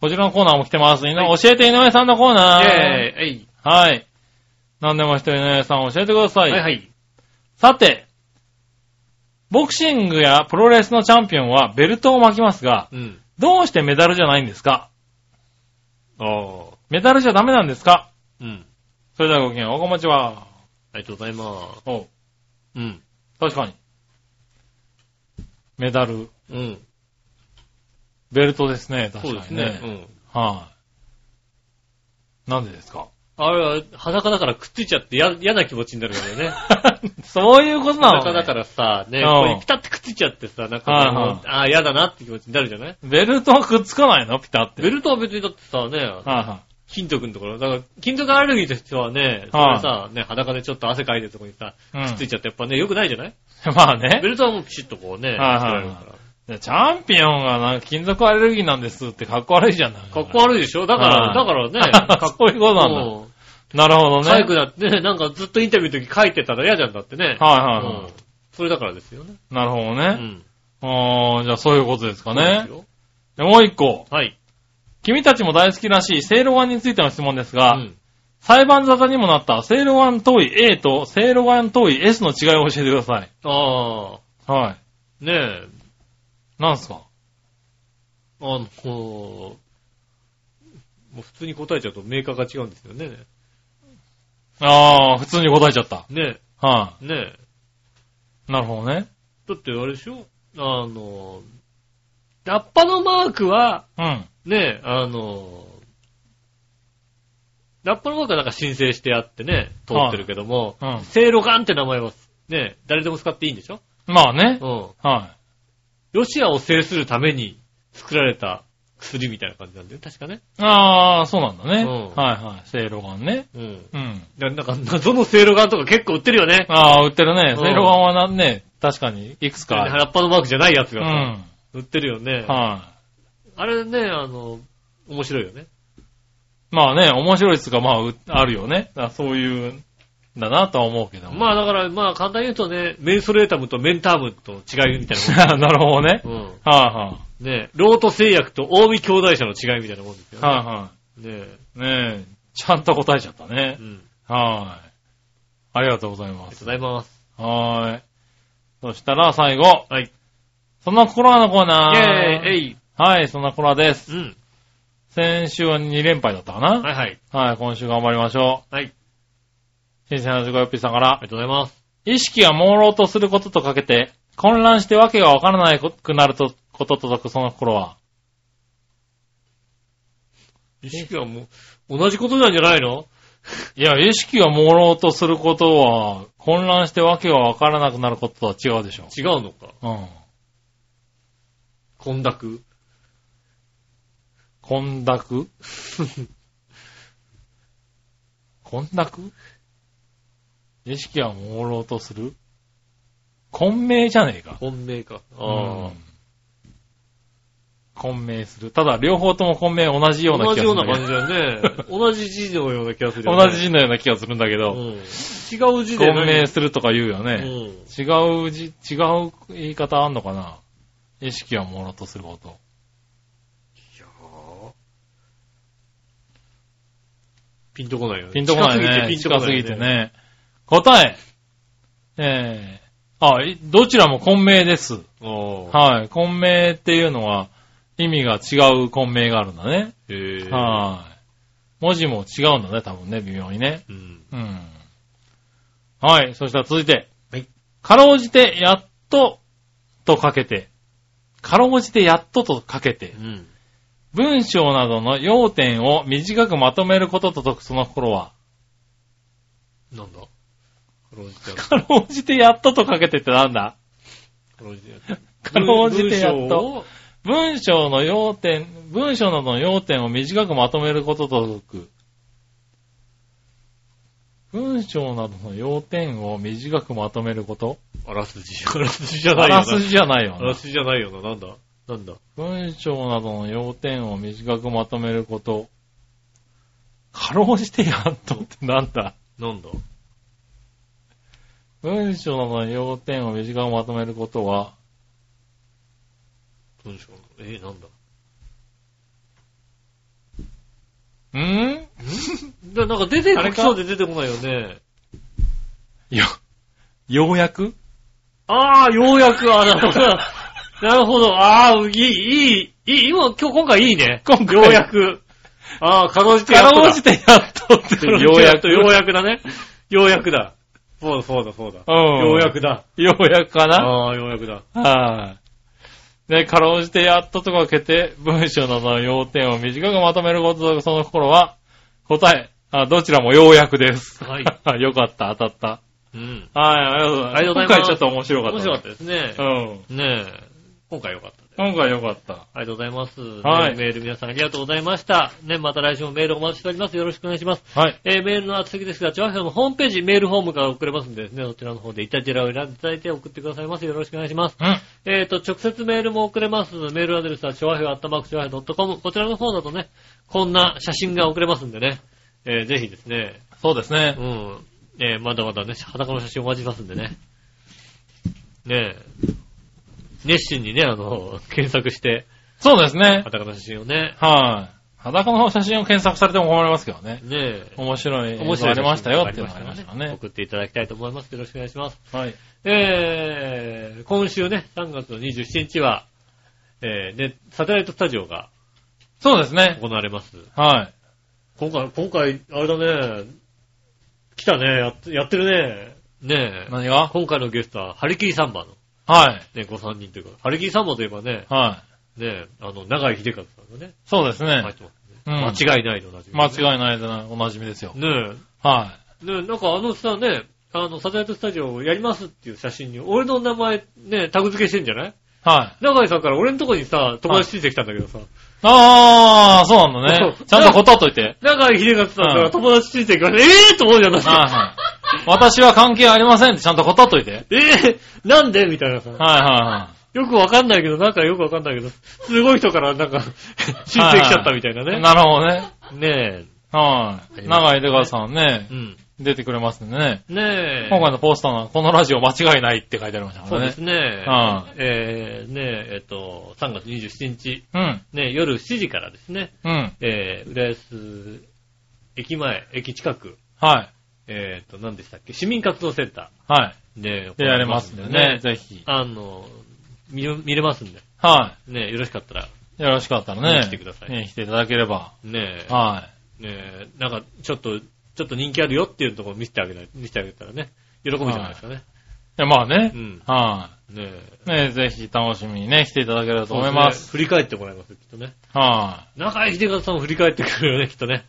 こちらのコーナーも来てます。いな
はい
教えて井上さんのコーナー。
えぇえい。
はい。何でも一人井上さん教えてくださ。
はいいはい。
さて、ボクシングやプロレスのチャンピオンはベルトを巻きますが、
うん。
どうしてメダルじゃないんですか
ああ。
メダルじゃダメなんですか
うん。
それではごきげんよう、おこまちは。
ありがとうございます。
おう
うん。
確かに。メダル、
うん。
ベルトですね、
そう
確
で
か
す
にね。
ね。うん。
はい。なんでで すか
あれは裸だからくっついちゃってや嫌な気持ちになるよね。
そういうことなの、
裸だからさ、ね、
うん
ここにピタってくっついちゃってさ、なんか
はいはい
もうああ、嫌だなって気持ちになるじゃない
ベルトはくっつかないのピタって。
ベルトは別にだってさ、ね、
はいは
金属のところ、だから金属アレルギーとしてはね、それはさ、ね、裸でちょっと汗かいてるところにさ、
うん
くっついちゃってやっぱね、良くないじゃない
い。まあね
ベ。ルトはもうピシッとこうね、
はい
つけ
はい
ら
はい
れるから
チャンピオンがなんか金属アレルギーなんですってかっこ悪いじゃない。
かっこ悪いでしょだから、だからね、
かっこいいことなんだ
もう
なるほどね。
かゆくなってね、なんかずっとインタビューの時書いてたら嫌じゃんだってね。う
はいはいは
ん。それだからですよね。
い。なるほど
う
ね。
ん。
あーじゃあそういうことですか
そうです
ね。
よ
でもう一個。
はい。
君たちも大好きらしい、セイロガンについての質問ですが、
うん
裁判沙汰にもなった、セイロガン遠い A とセイロガン遠い S の違いを教えてください。
あ
はい。
あ、ねえ、
なんすか
あの、もう普通に答えちゃうとメーカーが違うんですよね。
あー、普通に答えちゃった。
ね
は
え、ねえ。
い。なるほどね。
だってあれでしょあの、ラッパのマークは、
うん。
ねえ、あの、ラッパのマークはなんか申請してあってね、通ってるけども、
うん。
セイロガンって名前は、ねえ、誰でも使っていいんでしょ
まあね。
うん。
は
ロシアを制するために作られた薬みたいな感じなんだよ、確かね。
い。あー、そうなんだね。
うん
はいはい。セイロガンね。
うん。
うん。
ななんか謎のセイロガンとか結構売ってるよね。
ああ、売ってるね。
うん
セイロガンはなね、確かに、いくつかある。
ラッパのマークじゃないやつ
う
が
ん。
さ、
は
売ってるよね
い。。
あれね、あの、面白いよね。
まあね、面白いっつうか、まあ、うあるよね。だからそういうんだなとは思うけども。
まあだから、まあ簡単に言うとね、メンソレータムとメンタームと違いみたい
なるほどね
な。もん。うん。
は
ねロート製薬と近江兄弟社の違いみたいなもんです
い
よね。
は
ね
い。はいはい。ねえ、ちゃんと答えちゃったね
う。ん。
はい。ありがとうござい
あ
ま
りがと
す。
うございます。
はーい。そしたら最後、
はい。
そんなコロナのコーナ
イェ
ー。
ーイえい
はい、そんなコロナです。
うん。
先週は2連敗だったかな。
はいはい。
はい、今週頑張りましょ
はい。あり
う。新鮮な自己よっぴーさんから
が。とうございます。
意識が朦朧とすることとかけて、混乱してわけがわからないくなるとことと解くその心は。
意識はもう、同じことなんじゃないの
いや、意識が朦朧とすることは、混乱してわけがわからなくなることとは違うでしょ。
違うのか。
うん。
混濁。
混濁混濁意識が朦朧とする混迷じゃねえか。
混迷か。
う
ああ
ん。混迷する。ただ、両方とも混迷同じような
同
気
じ
がす
よ
る
うんな
だけど。
感じだよね。 同じ字のような気がするよね。
同じのような気がするんだけど。
うん違う字で
混迷
何
するとか言うよ
う
ね。
ん。
違う字、違う言い方あんのかな意識はもろとすること。
ピンとこないよね。
ピンとこないね。
近すぎてピンとこ
近
な
す
い
ぎて。ね。答ええー、あ、いどちらも混迷です。
おー
はい。混迷っていうのは意味が違う混迷があるんだね。
へー
はい。文字も違うんだね、多分ね、微妙にね。
うん。
うん。はい。そしたら続いて。
はい。
かろうじて、やっと、とかけて。かろうじて、やっととかけて
う。ん。
文章などの要点を短くまとめることと解くその心は。
なんだかろうじて やっ
かろうじて、やっととかけてってなんだ
と。かろうじてやっと。
かろうじてやっと
文章を。
文章の要点、文章などの要点を短くまとめることと解く。文章などの要点を短くまとめること
あらすじ。 あらすじじゃな
あ
いよな。
らすじじゃないよ
あ
な
らすじじゃないよな。なんだなんだ
文章などの要点を短くまとめること。かろうじてやっとってなんだ
なんだ
文章などの要点を短くまとめることは、
文章の。えー、なんだ
ん
だなんか出て
あれ
こ
か
そうで出てこないよね。
よ、ようやく
ああ、ようやく、あ、な るほど。なるほど。ああ、いい、いい、いい、今、今日、今回いいね。
今回
ようやく。ああ、かろうじてや
か
っと
ろ
だ
うじてやっとって、ようやく。
ようやくだね。ようやくだ。そうだ、そうだ、そうだ。
うん。
ようやくだ。
ようやくかな
ああ、ようやくだ。
はい。で、かろうじてやっととかけて、文章などの要点を短くまとめることと、その心は、答え、あどちらもようやくです。
はい
よかった、当たった。
うん。
はい、ありがとうござい ます。
ありがとうございます
今回ちょっと面白かった。
面白かったですね。
うん。
ねえ。今回よかったです。
今回よかった。
ありがとうございます。
はい
ねメール皆さんありがとうございました。ね、また来週もメールお待ちしております。よろしくお願いします。
はい。
えーメールの宛先ですが、チョアヘのホームページ、メールフォームから送れますんでですね、そちらの方でイタジェラを選んでいただいて送ってくださいます。よろしくお願いします。
うん。
えっ、と、直接メールも送れます。メールアドレスは、チョアヘアットマークチョアヘア .com。こちらの方だとね、こんな写真が送れますんでね、えーぜひですね、
そうですね
う。ん、えーまだまだね、裸の写真お待ちしてますんでね。ねえ、熱心にね、あの、検索して、
そうですね。
裸の写真をね、
はい。裸の写真を検索されても困りますけどね。
ねえ、
面白い。
面白い
ありましたよ
写
ってい
真
う
が
のがあ
ありま
りまし
した
た
からね。
ね。
送っていただきたいと思います。よろしくお願いします。
はい。
えー、今週ね、3月の27日は、えー、ね、サテライトスタジオが
そうですね。
行われます。
は
今回、今回、あれだね、来たね、やっやってるね。ね
い。
え。
何が
今回のゲストは、ハリキリサンバの、
はい。
ね、ご3人というか、ハリキリサンバといえばね、
はい。
ねえ、あの、長井秀和さんのね、
そうです
入って
ね。
ますね
うん
間違いないのだ、
間
い。
違いないでな、おなじみですよ。
ね
は
え、ねえ、なんかあのさ、ね、あの、サテライトスタジオをやりますっていう写真に、俺の名前、ね、タグ付けしてんじゃない
い。はい。
長井さんから俺のとこにさ、友達ついてきたんだけどさ、
あー、そうなんだね
そう。
ちゃんと断っといて。
長井秀和さんか
う
ら
ん
友達ついてきたええーと思うじゃない
はいはい。私は関係ありませんってちゃんと断っといて。
ええー、なんでみたいなさ。
はいは
よくわかんないけど、なんかよくわかんないけど、すごい人からなんか、
い
申
はい。
請来ちゃったみたいなね。
なるほどね。
ね
はい。長井出川さんね
え。う、ん。
出てくれますんでね。
ねえ。
今回のポスターのこのラジオ間違いないって書いてありましたか
そうで
らね
す。ね。
は
えー、ねえ、えっと、3月27日、
うん。
ね夜7時からですね、
うん。
えー、浦安駅前、駅近く、
はい。
えっと、何でしたっけ、市民活動センタ
はい。
ーで、
で、やれますんでね。。ぜひ。
あの、見よ、見れますんで、
は
ねよろしかったら、
い。よろしかったらね。
来てください
ね来ていただければ。
ねえ、
は
ねえ、なんか、ちょっと、ちょっと人気あるよっていうところを見せてあげない、見せてあげたらね、喜ぶじゃないですかね。
い。いや、まあね
う。ん。
は
ねえ。
い。ねぜひ楽しみにね、来ていただければと思いま。
そうですね。振り返ってもらいますよ、きっとね。
は
中井秀和さんも振り返ってくるよね、きっとね。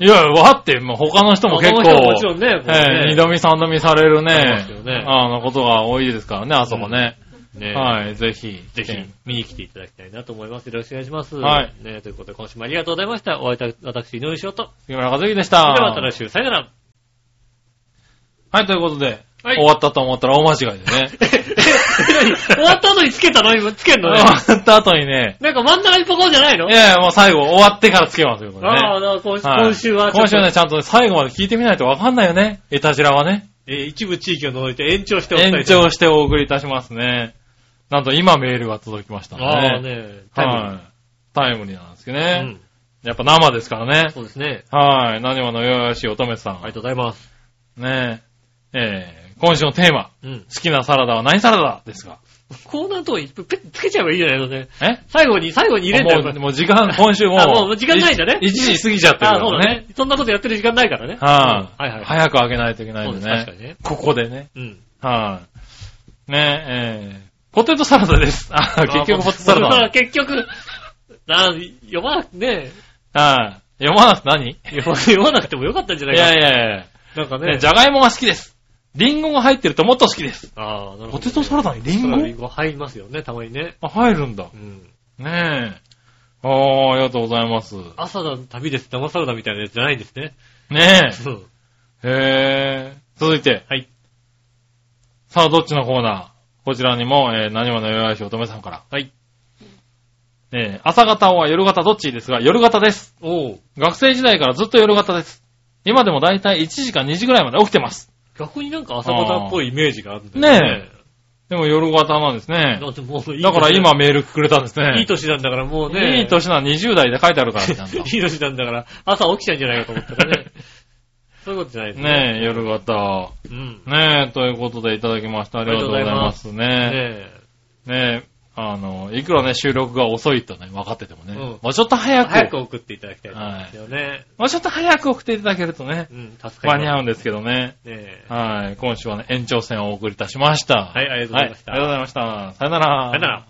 い。いや、わって、もう他の人も結構、
他の人ももちろんね、こう
え
ね
え二度見三度見される
ります
ね
よ、ね
あのことが多いですからね、あそこね。
ねえ
はい、ぜひ。
ぜひ見に来ていただきたいなと思います。よろしくお願いします。
はい。
ねえということで、今週もありがとうございました。お会いいた私、井上翔と。
杉村和之でした。
それではまた来週、さよなら。
はい、ということで、
はい
終わったと思ったら大間 違いでね。
え、何終わった後につけたの今、つけんのね
終。わった後にね、
なんか真ん中にポコンじゃないの
いやいや、もう最後、終わってからつけますよ、これね。
ああ、だから今
はい
今週はちょっと、
今週はね、ちゃんとね最後まで聞いてみないとわかんないよね。エタジラはね。
えー一部地域を除いて延長しておきたい
延長してお送りいたしますね。なんと今メールが届きましたんで
ああ
ね。
ね、タイムリー
はい。タイムリーなんですけど
う
ね。
ん
やっぱ生ですからね。
そうですね。
はい。何話のよよしおとめさん。
ありがとうございます。
ねえ。えー今週のテーマ。
うん。
好きなサラダは何サラダですが。
コーナーと一ペッつけちゃえばいいじゃないのね。
え
最後に、最後に入れんだよ。
もう、もう 時間、今週もう。
あもう時間ないんだね
1時過ぎちゃってる
あ
か
あ、そう
ら
だね
ね。。
そんなことやってる時間ないからね。
は
うんはい
い。
はい。
早くあげないといけない
そ
ん
う
で
です、確か
ね。
にね。
ここでね。
うん。
はい。ねえ、えーポテトサラダです。 あー結局ポテトサラ
あ結局、あ読まなくて、ね、
ダ。はい。読まなくて何い
読ま 読まなくてもよかったんじゃないか
や
な。
いやい
なんか
や。
ね、
じゃがいもが好きです。リンゴが入ってるともっと好きです。
ああ、なるほどね、
ポテトサラダにリンゴ
そうリンゴ入りますよね、たまにね。
あ、入るんだ
う。ん。
ねえ。あー、ありがとうございます。
朝の旅です、生サラダみたいなやつじゃないんですね。
ね
うん。
え。へえ。続いて。
はい。
さあ、どっちのコーナーこちらにも、えー、何話のよやし乙女さんから。
はい。
えー、朝方は夜型どっちですが、夜型です。
おう。
学生時代からずっと夜型です。今でもだいたい1時か2時ぐらいまで起きてます。
逆になんか朝方っぽいイメージがあるんだ
ねでも夜型なんですね。
だってもういい年
だから今、メールくれたんですね。
いい年なんだからもうね。
いい年な20代で書いてあるから、ちゃんと。
いい年なんだから朝起きちゃうんじゃないかと思ったら ね。そういうことじゃない ですね。
ねえ、夜型。
うん。
ねえ、ということでいただきました。ありがとうございますね。
ね
ねえ、あの、いくらね、収録が遅いとね、分かっててもね、
うん
もうちょっと
え
早く、
早く送っていただきたいと思いますよね。
もうちょっと早く送っていただけるとね、
うん、助か
間
り
に
ま
合うんですけどね。
す。ねえ。
はい、今週はね、延長戦をお送りいたしました。
はいありがとうございました
はありがとうございました。さよなら。
さよなら。